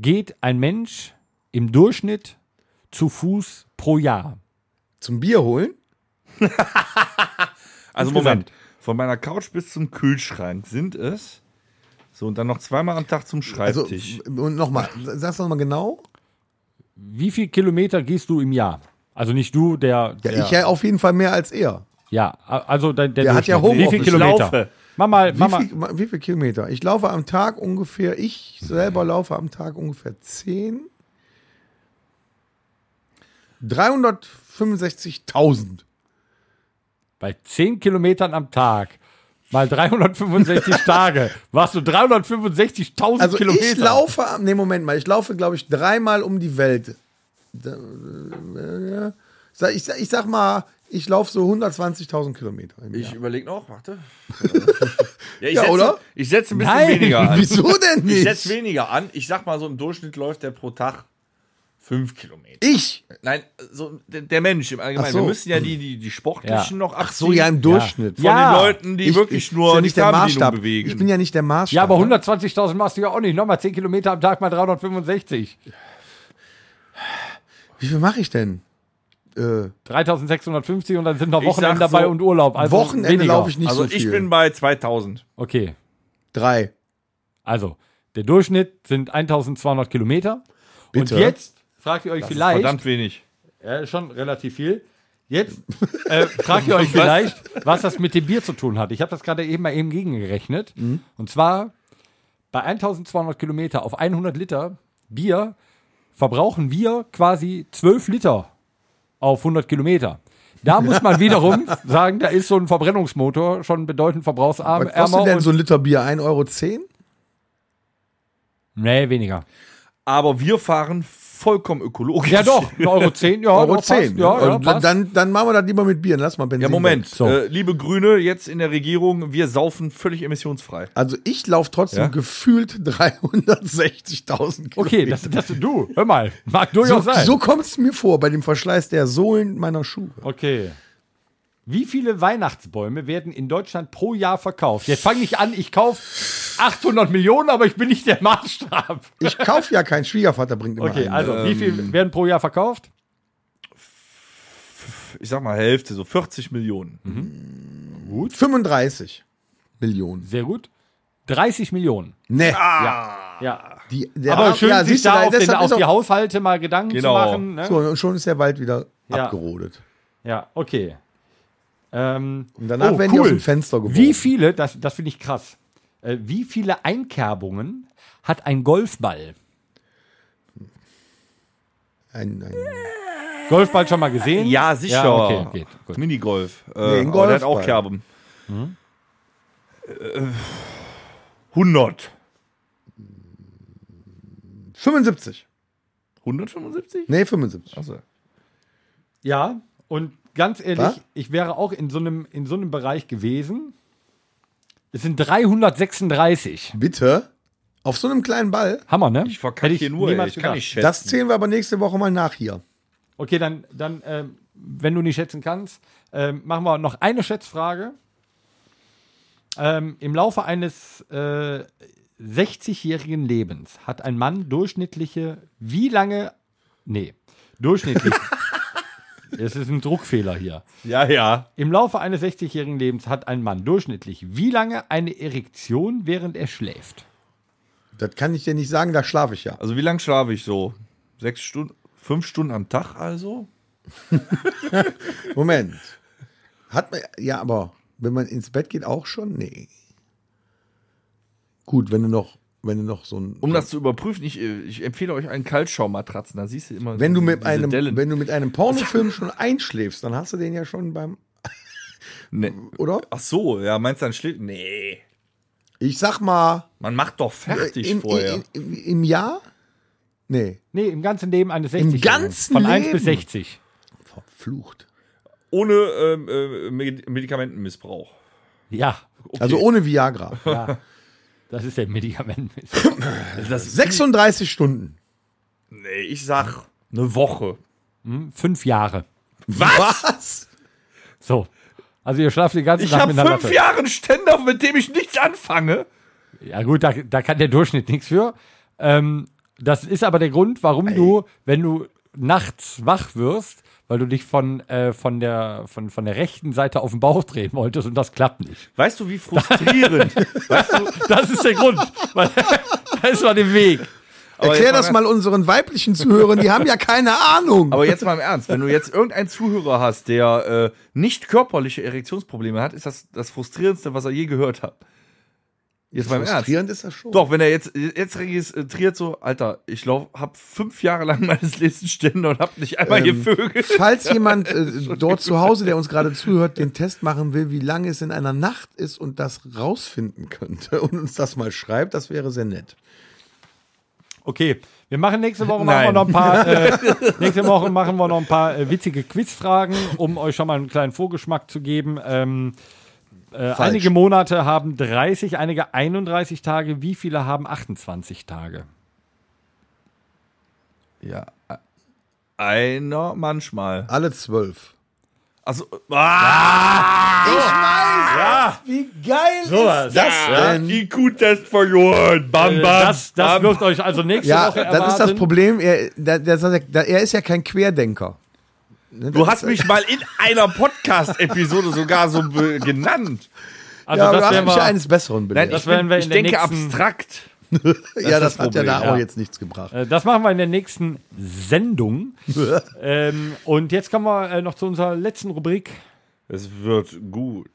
Speaker 2: geht ein Mensch im Durchschnitt zu Fuß pro Jahr?
Speaker 4: zum Bier holen?
Speaker 3: Also
Speaker 2: insgesamt.
Speaker 3: Moment. Von meiner Couch bis zum Kühlschrank sind es. So, und dann noch zweimal am Tag zum
Speaker 4: Also,
Speaker 3: Schreibtisch.
Speaker 4: und nochmal, sag's doch mal genau.
Speaker 2: Wie viel Kilometer gehst du im Jahr? Also nicht du, der.
Speaker 4: Ja, ich ja auf jeden Fall mehr als er.
Speaker 2: ja a- also der, der,
Speaker 4: Der hat ja
Speaker 2: Durchschnitt. Wie viel
Speaker 4: Homeoffice.
Speaker 2: Kilometer?
Speaker 3: Laufe.
Speaker 2: Mach mal,
Speaker 4: Wie
Speaker 2: mach mal.
Speaker 4: viel, wie viel Kilometer? Ich laufe am Tag ungefähr, ich selber laufe am Tag ungefähr 10. 365.000.
Speaker 2: Bei 10 Kilometern am Tag mal 365 Tage warst du 365.000
Speaker 4: Also
Speaker 2: Kilometer.
Speaker 4: ich laufe, am- nee, Moment mal, ich laufe, glaube ich, dreimal um die Welt. Da- äh, sag- Ich, sag- ich sag mal, ich laufe so 120.000 Kilometer. im
Speaker 3: Ich
Speaker 4: Jahr.
Speaker 3: überlege noch, warte. ja, ich
Speaker 4: Ja,
Speaker 3: setze,
Speaker 4: oder?
Speaker 3: Ich setze ein bisschen
Speaker 2: Nein,
Speaker 3: weniger an.
Speaker 4: Wieso denn
Speaker 3: Ich setze
Speaker 4: nicht?
Speaker 3: weniger an. Ich sag mal so, im Durchschnitt läuft der pro Tag fünf Kilometer.
Speaker 4: Ich?
Speaker 3: Nein, so der, der Mensch im Allgemeinen.
Speaker 4: Ach so.
Speaker 3: Wir müssen ja die, die, die Sportlichen
Speaker 2: Ja.
Speaker 3: noch abziehen. Ach
Speaker 4: So ja im Durchschnitt.
Speaker 3: Von
Speaker 2: Ja.
Speaker 3: den Leuten, die
Speaker 4: Ich-
Speaker 3: wirklich
Speaker 4: ich-
Speaker 3: nur
Speaker 4: ist ja
Speaker 3: die
Speaker 4: nicht der
Speaker 3: Fernbedienung
Speaker 4: Maßstab.
Speaker 3: bewegen.
Speaker 4: Ich bin ja nicht der Maßstab.
Speaker 2: Ja, aber
Speaker 4: ne?
Speaker 2: 120.000 machst du ja auch nicht. Nochmal 10 Kilometer am Tag mal 365.
Speaker 4: Wie viel mache ich denn? Äh,
Speaker 2: 3.650 und dann sind noch
Speaker 3: Ich
Speaker 2: Wochenende
Speaker 3: sag so,
Speaker 2: dabei und Urlaub. Also
Speaker 4: Wochenende
Speaker 2: weniger.
Speaker 4: laufe ich nicht
Speaker 3: also
Speaker 4: so viel.
Speaker 3: ich bin bei 2000.
Speaker 2: Okay,
Speaker 4: drei.
Speaker 2: also der Durchschnitt sind 1.200 Kilometer.
Speaker 4: Bitte?
Speaker 2: Und jetzt fragt ihr euch vielleicht,
Speaker 3: Verdammt wenig.
Speaker 2: ja,
Speaker 4: Äh,
Speaker 2: ist schon relativ viel. Jetzt äh, fragt ihr euch vielleicht, was das mit dem Bier zu tun hat. Ich habe das gerade eben mal eben gegengerechnet.
Speaker 4: Mhm.
Speaker 2: Und zwar bei 1200 Kilometer auf 100 Liter Bier verbrauchen wir quasi 12 Liter auf 100 Kilometer. Da muss man wiederum sagen, da ist so ein Verbrennungsmotor schon bedeutend verbrauchsarm.
Speaker 4: Was kostet
Speaker 2: ärmer
Speaker 4: denn
Speaker 2: und-
Speaker 4: so ein Liter Bier? 1,10 Euro?
Speaker 2: nee, weniger.
Speaker 3: Aber wir fahren vollkommen ökologisch.
Speaker 2: Ja doch, 1,10 Euro. 10, ja,
Speaker 4: Euro
Speaker 2: doch, passt.
Speaker 4: 10.
Speaker 2: Ja, ja,
Speaker 4: Und dann-
Speaker 2: passt.
Speaker 4: dann, dann machen wir das lieber mit Bier. Lass mal Benzin.
Speaker 3: Ja, Moment.
Speaker 4: weg.
Speaker 3: Äh, liebe Grüne, jetzt in der Regierung, wir saufen völlig emissionsfrei.
Speaker 4: Also ich laufe trotzdem
Speaker 3: Ja?
Speaker 4: gefühlt 360.000 Kilometer.
Speaker 2: Okay, das, das du, hör mal, mag
Speaker 4: So,
Speaker 2: durchaus sein.
Speaker 4: so kommt es mir vor bei dem Verschleiß der Sohlen meiner Schuhe.
Speaker 2: Okay. Wie viele Weihnachtsbäume werden in Deutschland pro Jahr verkauft? Jetzt fange ich an, ich kaufe 800 Millionen, aber ich bin nicht der Maßstab.
Speaker 4: Ich kaufe ja keinen Schwiegervater, bringt immer
Speaker 2: Okay,
Speaker 4: einen.
Speaker 2: also wie viel werden pro Jahr verkauft?
Speaker 3: Ich sag mal Hälfte, so 40 Millionen.
Speaker 2: Mhm.
Speaker 4: 35 Millionen.
Speaker 2: Sehr gut. 30 Millionen.
Speaker 4: Ne,
Speaker 3: Ah,
Speaker 2: Ja.
Speaker 4: die, der
Speaker 2: Aber schön, sich
Speaker 4: siehst du,
Speaker 2: da auf, den,
Speaker 4: deshalb
Speaker 2: auf
Speaker 4: ist
Speaker 2: die
Speaker 4: auch-
Speaker 2: Haushalte mal Gedanken
Speaker 3: Genau.
Speaker 2: zu machen. Ne?
Speaker 4: so, und schon ist der Wald wieder
Speaker 2: Ja.
Speaker 4: abgerodet.
Speaker 2: Ja, okay. Ähm,
Speaker 4: Und danach
Speaker 3: Oh,
Speaker 4: werden die aus dem Fenster geworfen.
Speaker 2: Wie viele, das, das finde ich krass, äh, wie viele Einkerbungen hat ein Golfball?
Speaker 4: Ein, ein,
Speaker 2: Golfball schon mal gesehen?
Speaker 3: Ja, sicher.
Speaker 2: Ja, okay, okay, gut.
Speaker 3: Minigolf.
Speaker 4: Nee,
Speaker 3: Äh,
Speaker 4: ein
Speaker 3: aber der hat auch
Speaker 4: Golfball.
Speaker 3: Kerben.
Speaker 2: Hm?
Speaker 3: Äh, 100.
Speaker 4: 75.
Speaker 3: 175?
Speaker 4: Nee, 75.
Speaker 3: Also,
Speaker 2: Ja, und ganz ehrlich,
Speaker 4: Was?
Speaker 2: ich wäre auch in so, einem, in so einem Bereich gewesen. Es sind 336.
Speaker 4: Bitte? Auf so einem kleinen Ball?
Speaker 2: Hammer, ne?
Speaker 3: ich verkacke
Speaker 2: Hätte
Speaker 3: hier nur, ey.
Speaker 2: niemals
Speaker 3: ich kann
Speaker 2: gedacht.
Speaker 3: nicht schätzen.
Speaker 4: Das zählen wir aber nächste Woche mal nach hier.
Speaker 2: Okay, dann, dann ähm, wenn du nicht schätzen kannst, ähm, machen wir noch eine Schätzfrage. Ähm, Im Laufe eines äh, 60-jährigen Lebens hat ein Mann durchschnittliche, wie lange, nee, durchschnittlich, es ist ein Druckfehler hier.
Speaker 3: ja, ja.
Speaker 2: Im Laufe eines 60-jährigen Lebens hat ein Mann durchschnittlich wie lange eine Erektion, während er schläft?
Speaker 4: Das kann ich dir nicht sagen, da schlafe ich ja.
Speaker 3: Also wie lange schlafe ich so? Sechs Stunden? Fünf Stunden am Tag also?
Speaker 4: Moment. Hat man, ja, aber wenn man ins Bett geht, auch schon? Nee. Gut, wenn du noch, wenn du noch so ein.
Speaker 3: Um das zu überprüfen, ich, äh, ich empfehle euch einen Kaltschaummatratzen. Da siehst du immer
Speaker 4: wenn du
Speaker 3: diese-
Speaker 4: mit
Speaker 3: diese
Speaker 4: einem,
Speaker 3: Dellen.
Speaker 4: wenn du mit einem Pornofilm schon einschläfst, dann hast du den ja schon beim,
Speaker 3: nee.
Speaker 4: oder?
Speaker 3: Ach so, ja, meinst du dann schläft? Nee.
Speaker 4: Ich sag mal,
Speaker 3: Man macht doch fertig
Speaker 4: in,
Speaker 3: vorher.
Speaker 4: in, in, im Jahr Nee.
Speaker 2: Nee, im ganzen Leben eines 60
Speaker 4: ganzen
Speaker 2: Von 1 bis
Speaker 4: Leben?
Speaker 2: 60.
Speaker 4: Verflucht.
Speaker 3: Ohne ähm, äh, Medi- Medikamentenmissbrauch.
Speaker 2: Ja,
Speaker 4: Also ohne Viagra.
Speaker 2: das ist der Medikament.
Speaker 3: Das,
Speaker 4: 36 Stunden.
Speaker 3: Also, nee, ich sag eine Woche.
Speaker 2: Fünf Jahre.
Speaker 4: Was?
Speaker 2: So. Also ihr schlaft den ganzen
Speaker 3: Ich
Speaker 2: Tag
Speaker 3: habe
Speaker 2: miteinander.
Speaker 3: fünf Jahre einen Ständer, mit dem ich nichts anfange.
Speaker 2: Ja gut, da, da kann der Durchschnitt nichts für. Ähm, das ist aber der Grund, warum du, wenn du nachts wach wirst, weil du dich von, äh, von, der, von, von der rechten Seite auf den Bauch drehen wolltest und das klappt nicht.
Speaker 3: Weißt du, wie frustrierend. weißt du,
Speaker 2: Das ist der Grund. Weil, das war der Weg.
Speaker 3: Aber jetzt
Speaker 4: Erklär
Speaker 3: mal
Speaker 4: das
Speaker 3: ganz-
Speaker 4: mal unseren weiblichen Zuhörern, die haben ja keine Ahnung.
Speaker 3: Aber jetzt mal im Ernst, wenn du jetzt irgendeinen Zuhörer hast, der äh, nicht körperliche Erektionsprobleme hat, ist das das frustrierendste, was er je gehört hat. Jetzt mal im Ernst.
Speaker 4: Frustrierend ist das schon.
Speaker 3: Doch, wenn er jetzt, jetzt registriert so, Alter, ich lauf, hab fünf Jahre lang meines Lebens Ständer und hab nicht einmal
Speaker 4: Ähm,
Speaker 3: gevögelt.
Speaker 4: Falls jemand äh, dort zu Hause, der uns gerade zuhört, den Test machen will, wie lange es in einer Nacht ist und das rausfinden könnte und uns das mal schreibt, das wäre sehr nett.
Speaker 2: Okay, wir machen nächste Woche machen
Speaker 3: Nein.
Speaker 2: wir noch ein paar äh, nächste Woche machen wir noch ein paar äh, witzige Quizfragen, um euch schon mal einen kleinen Vorgeschmack zu geben. Ähm, äh, einige Monate haben 30, einige 31 Tage. Wie viele haben 28 Tage?
Speaker 3: Ja. Einer manchmal.
Speaker 4: Alle zwölf.
Speaker 3: Also, ah,
Speaker 4: Wie geil
Speaker 2: Äh,
Speaker 4: ist das denn?
Speaker 3: IQ-Test verloren. Bam, bam.
Speaker 2: Das, das
Speaker 3: bam.
Speaker 2: wird euch also nächste
Speaker 4: Ja,
Speaker 2: Woche
Speaker 4: das ist das
Speaker 2: erwarten.
Speaker 4: Problem. Er, da- das, da- er ist ja kein Querdenker. Ne,
Speaker 3: Du
Speaker 4: das
Speaker 3: hast
Speaker 4: ist-
Speaker 3: mich mal in einer Podcast-Episode sogar so be- genannt.
Speaker 2: Also
Speaker 4: Ja, du
Speaker 2: das
Speaker 4: hast
Speaker 2: werden
Speaker 4: mich ja
Speaker 2: wir,
Speaker 4: eines Besseren belehrt.
Speaker 2: Das werden wir in
Speaker 3: ich
Speaker 2: der
Speaker 3: denke
Speaker 2: nächsten-
Speaker 3: abstrakt.
Speaker 4: ja, das,
Speaker 3: das
Speaker 4: hat ja
Speaker 3: Problem,
Speaker 4: da
Speaker 2: ja.
Speaker 4: auch jetzt nichts gebracht.
Speaker 2: äh, das machen wir in der nächsten Sendung. ähm, und jetzt kommen wir äh, noch zu unserer letzten Rubrik.
Speaker 3: Es wird gut.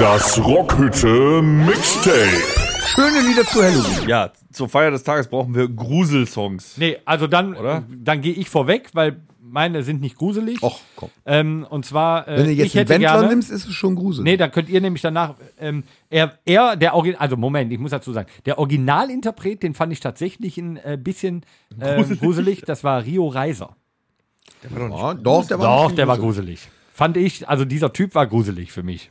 Speaker 8: Das Rockhütte Mixtape.
Speaker 4: Schöne Lieder zu Halloween.
Speaker 3: Ja, zur Feier des Tages brauchen wir Gruselsongs.
Speaker 2: Nee, also dann,
Speaker 3: Oder?
Speaker 2: dann gehe ich vorweg, weil meine sind nicht gruselig.
Speaker 4: Och, komm.
Speaker 2: Ähm, und zwar, äh,
Speaker 4: Wenn du
Speaker 2: ich
Speaker 4: jetzt einen
Speaker 2: hätte
Speaker 4: Wendler
Speaker 2: gerne,
Speaker 4: nimmst, ist es schon gruselig.
Speaker 2: Nee, dann könnt ihr nämlich danach. Ähm, er, er, der Original. Also, Moment, ich muss dazu sagen. Der Originalinterpret, den fand ich tatsächlich ein äh, bisschen ähm, gruselig. Das war Rio Reiser.
Speaker 4: ja, doch, der ein
Speaker 2: Doch,
Speaker 4: bisschen
Speaker 2: der war gruselig. Fand ich. Also, dieser Typ war gruselig für mich.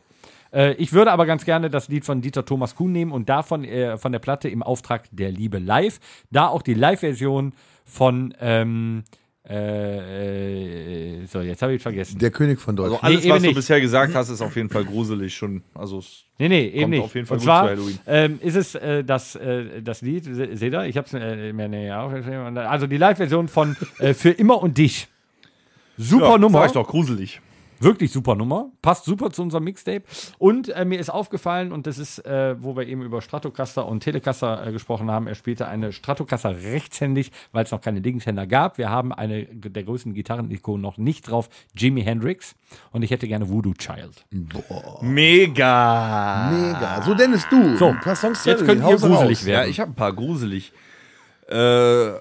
Speaker 2: Äh, ich würde aber ganz gerne das Lied von Dieter Thomas Kuhn nehmen und davon äh, von der Platte im Auftrag der Liebe live. Da auch die Live-Version von. Ähm, äh, äh, so, jetzt habe ich vergessen.
Speaker 4: Der König von Deutschland.
Speaker 3: Alles,
Speaker 2: eben
Speaker 3: was du
Speaker 2: nicht.
Speaker 3: bisher gesagt hast, ist auf jeden Fall gruselig schon. Also, es-
Speaker 2: Nee, nee, eben
Speaker 3: Kommt
Speaker 2: nicht.
Speaker 3: auf jeden Fall
Speaker 2: Und
Speaker 3: gut
Speaker 2: zwar
Speaker 3: zu Halloween.
Speaker 2: Ähm, ist es äh, das, äh, das Lied, se- seht ihr, ich hab's äh, mir näher aufgeschrieben. Also die Live-Version von äh, Für immer und dich. Super
Speaker 3: ja,
Speaker 2: Nummer.
Speaker 3: Sag ich doch, gruselig.
Speaker 2: Wirklich super Nummer. Passt super zu unserem Mixtape. Und äh, mir ist aufgefallen, und das ist, äh, wo wir eben über Stratocaster und Telecaster äh, gesprochen haben, er spielte eine Stratocaster rechtshändig, weil es noch keine Linkshänder gab. Wir haben eine der größten Gitarrenikonen noch nicht drauf, Jimi Hendrix. Und ich hätte gerne Voodoo Child.
Speaker 3: Mega.
Speaker 4: Oh, Mega. So, Dennis, du.
Speaker 2: So,
Speaker 4: ein paar Songs zu
Speaker 2: jetzt
Speaker 4: Halloween.
Speaker 2: könnt ihr
Speaker 4: Hau's raus.
Speaker 2: gruselig
Speaker 3: Ja,
Speaker 2: werden.
Speaker 3: ich habe ein paar gruselig. Äh,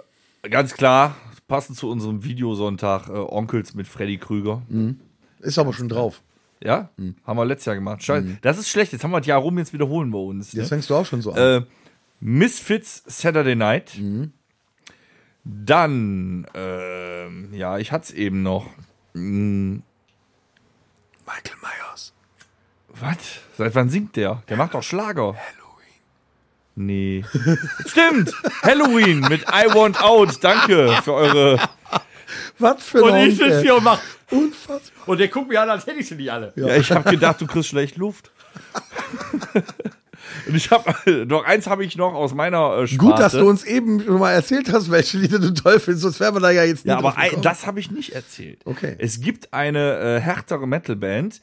Speaker 3: ganz klar, passend zu unserem Videosonntag, äh, Onkels mit Freddy Krüger.
Speaker 2: Mhm.
Speaker 4: Ist aber schon drauf.
Speaker 3: Ja, haben wir letztes Jahr gemacht. Scheiße.
Speaker 2: Mhm.
Speaker 3: Das ist schlecht, jetzt haben wir das Jahr rum, jetzt wiederholen wir uns. ne?
Speaker 4: Jetzt fängst du auch schon so an.
Speaker 3: Äh, Misfits Saturday Night.
Speaker 2: Mhm.
Speaker 3: Dann, ähm, ja, ich hatte es eben noch. Mm,
Speaker 4: Michael Myers.
Speaker 3: was? Seit wann singt der? Der macht doch Schlager. Halloween. Nee. Stimmt! Halloween mit I Want Out. Danke für eure.
Speaker 4: Was für
Speaker 2: Und
Speaker 4: ein
Speaker 2: ich sitze hier und mach.
Speaker 4: Unfassbar.
Speaker 2: Und der guckt mich an, als hätte ich sie nicht alle.
Speaker 3: Ja, ich habe gedacht, du kriegst schlecht Luft. Und ich habe noch eins habe ich noch aus meiner äh, Sparte.
Speaker 4: Gut, dass du uns eben schon mal erzählt hast, welche Lieder du toll findest, sonst wären wir da ja jetzt
Speaker 3: Ja,
Speaker 4: nie
Speaker 3: aber
Speaker 4: drauf
Speaker 3: ein,
Speaker 4: gekommen.
Speaker 3: das habe ich nicht erzählt.
Speaker 4: Okay.
Speaker 3: Es gibt eine äh, härtere Metalband,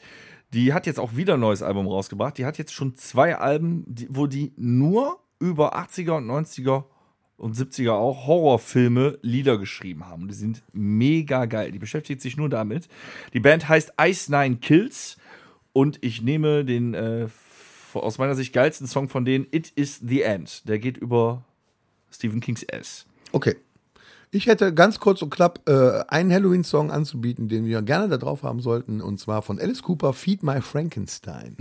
Speaker 3: die hat jetzt auch wieder ein neues Album rausgebracht. Die hat jetzt schon zwei Alben, die, wo die nur über 80er und 90er und 70er auch Horrorfilme Lieder geschrieben haben. Die sind mega geil. Die beschäftigt sich nur damit. Die Band heißt Ice Nine Kills und ich nehme den äh, f- aus meiner Sicht geilsten Song von denen, It Is The End. Der geht über Stephen Kings S.
Speaker 4: Okay. Ich hätte ganz kurz und knapp äh, einen Halloween-Song anzubieten, den wir gerne da drauf haben sollten, und zwar von Alice Cooper, Feed My Frankenstein.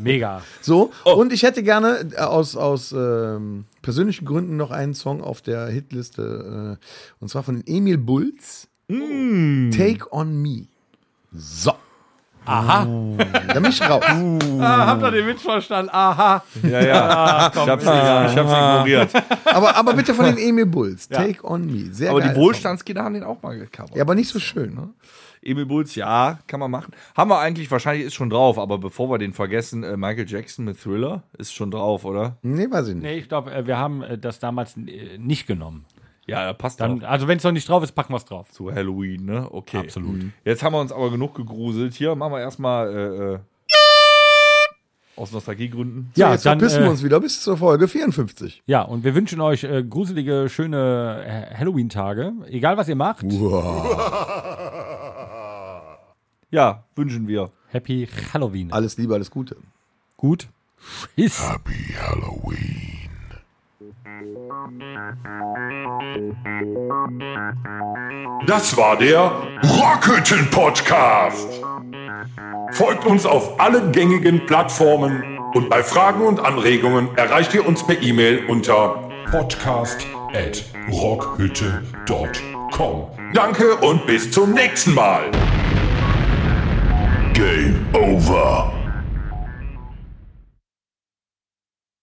Speaker 2: Mega.
Speaker 4: So, und ich hätte gerne äh, aus, aus ähm, persönlichen Gründen noch einen Song auf der Hitliste. Äh, und zwar von Emil Bulls. Take on Me. So. Aha. Da bin ich raus.
Speaker 2: Ah, habt ihr den Witz verstanden? Aha.
Speaker 3: Ja, Ah, ja. ich, hab's, ich hab's ignoriert.
Speaker 4: Aber, aber bitte von den Emil Bulls. Take on Me. Sehr
Speaker 3: Aber
Speaker 4: geil.
Speaker 3: die Wohlstandskinder haben den auch mal gecovert.
Speaker 4: Ja, aber nicht so schön. Ne?
Speaker 3: Emil Bulls, ja, kann man machen. Haben wir eigentlich, wahrscheinlich ist schon drauf, aber bevor wir den vergessen, äh, Michael Jackson mit Thriller ist schon drauf, oder?
Speaker 4: Nee, weiß ich nicht.
Speaker 2: Nee, ich glaube, wir haben äh, das damals äh, nicht genommen.
Speaker 3: Ja, da passt
Speaker 2: Dann,
Speaker 3: dann
Speaker 2: also wenn es noch nicht drauf ist, packen wir es drauf.
Speaker 3: zu Halloween, ne? Okay.
Speaker 2: Absolut.
Speaker 3: Mhm. Jetzt haben wir uns aber genug gegruselt. Hier machen wir erstmal äh, äh, aus Nostalgiegründen.
Speaker 4: So,
Speaker 2: Ja,
Speaker 4: jetzt
Speaker 2: dann,
Speaker 4: verpissen
Speaker 2: äh,
Speaker 4: wir uns wieder bis zur Folge 54.
Speaker 2: Ja, und wir wünschen euch äh, gruselige, schöne äh, Halloween-Tage. Egal, was ihr macht.
Speaker 3: Ja, wünschen wir.
Speaker 2: Happy Halloween.
Speaker 4: Alles Liebe, alles Gute.
Speaker 2: Gut. Tschüss.
Speaker 8: Das war der Rockhütten Podcast. Folgt uns auf allen gängigen Plattformen und bei Fragen und Anregungen erreicht ihr uns per E-Mail unter podcast@rockhütte.com. Danke und bis zum nächsten Mal. Game over.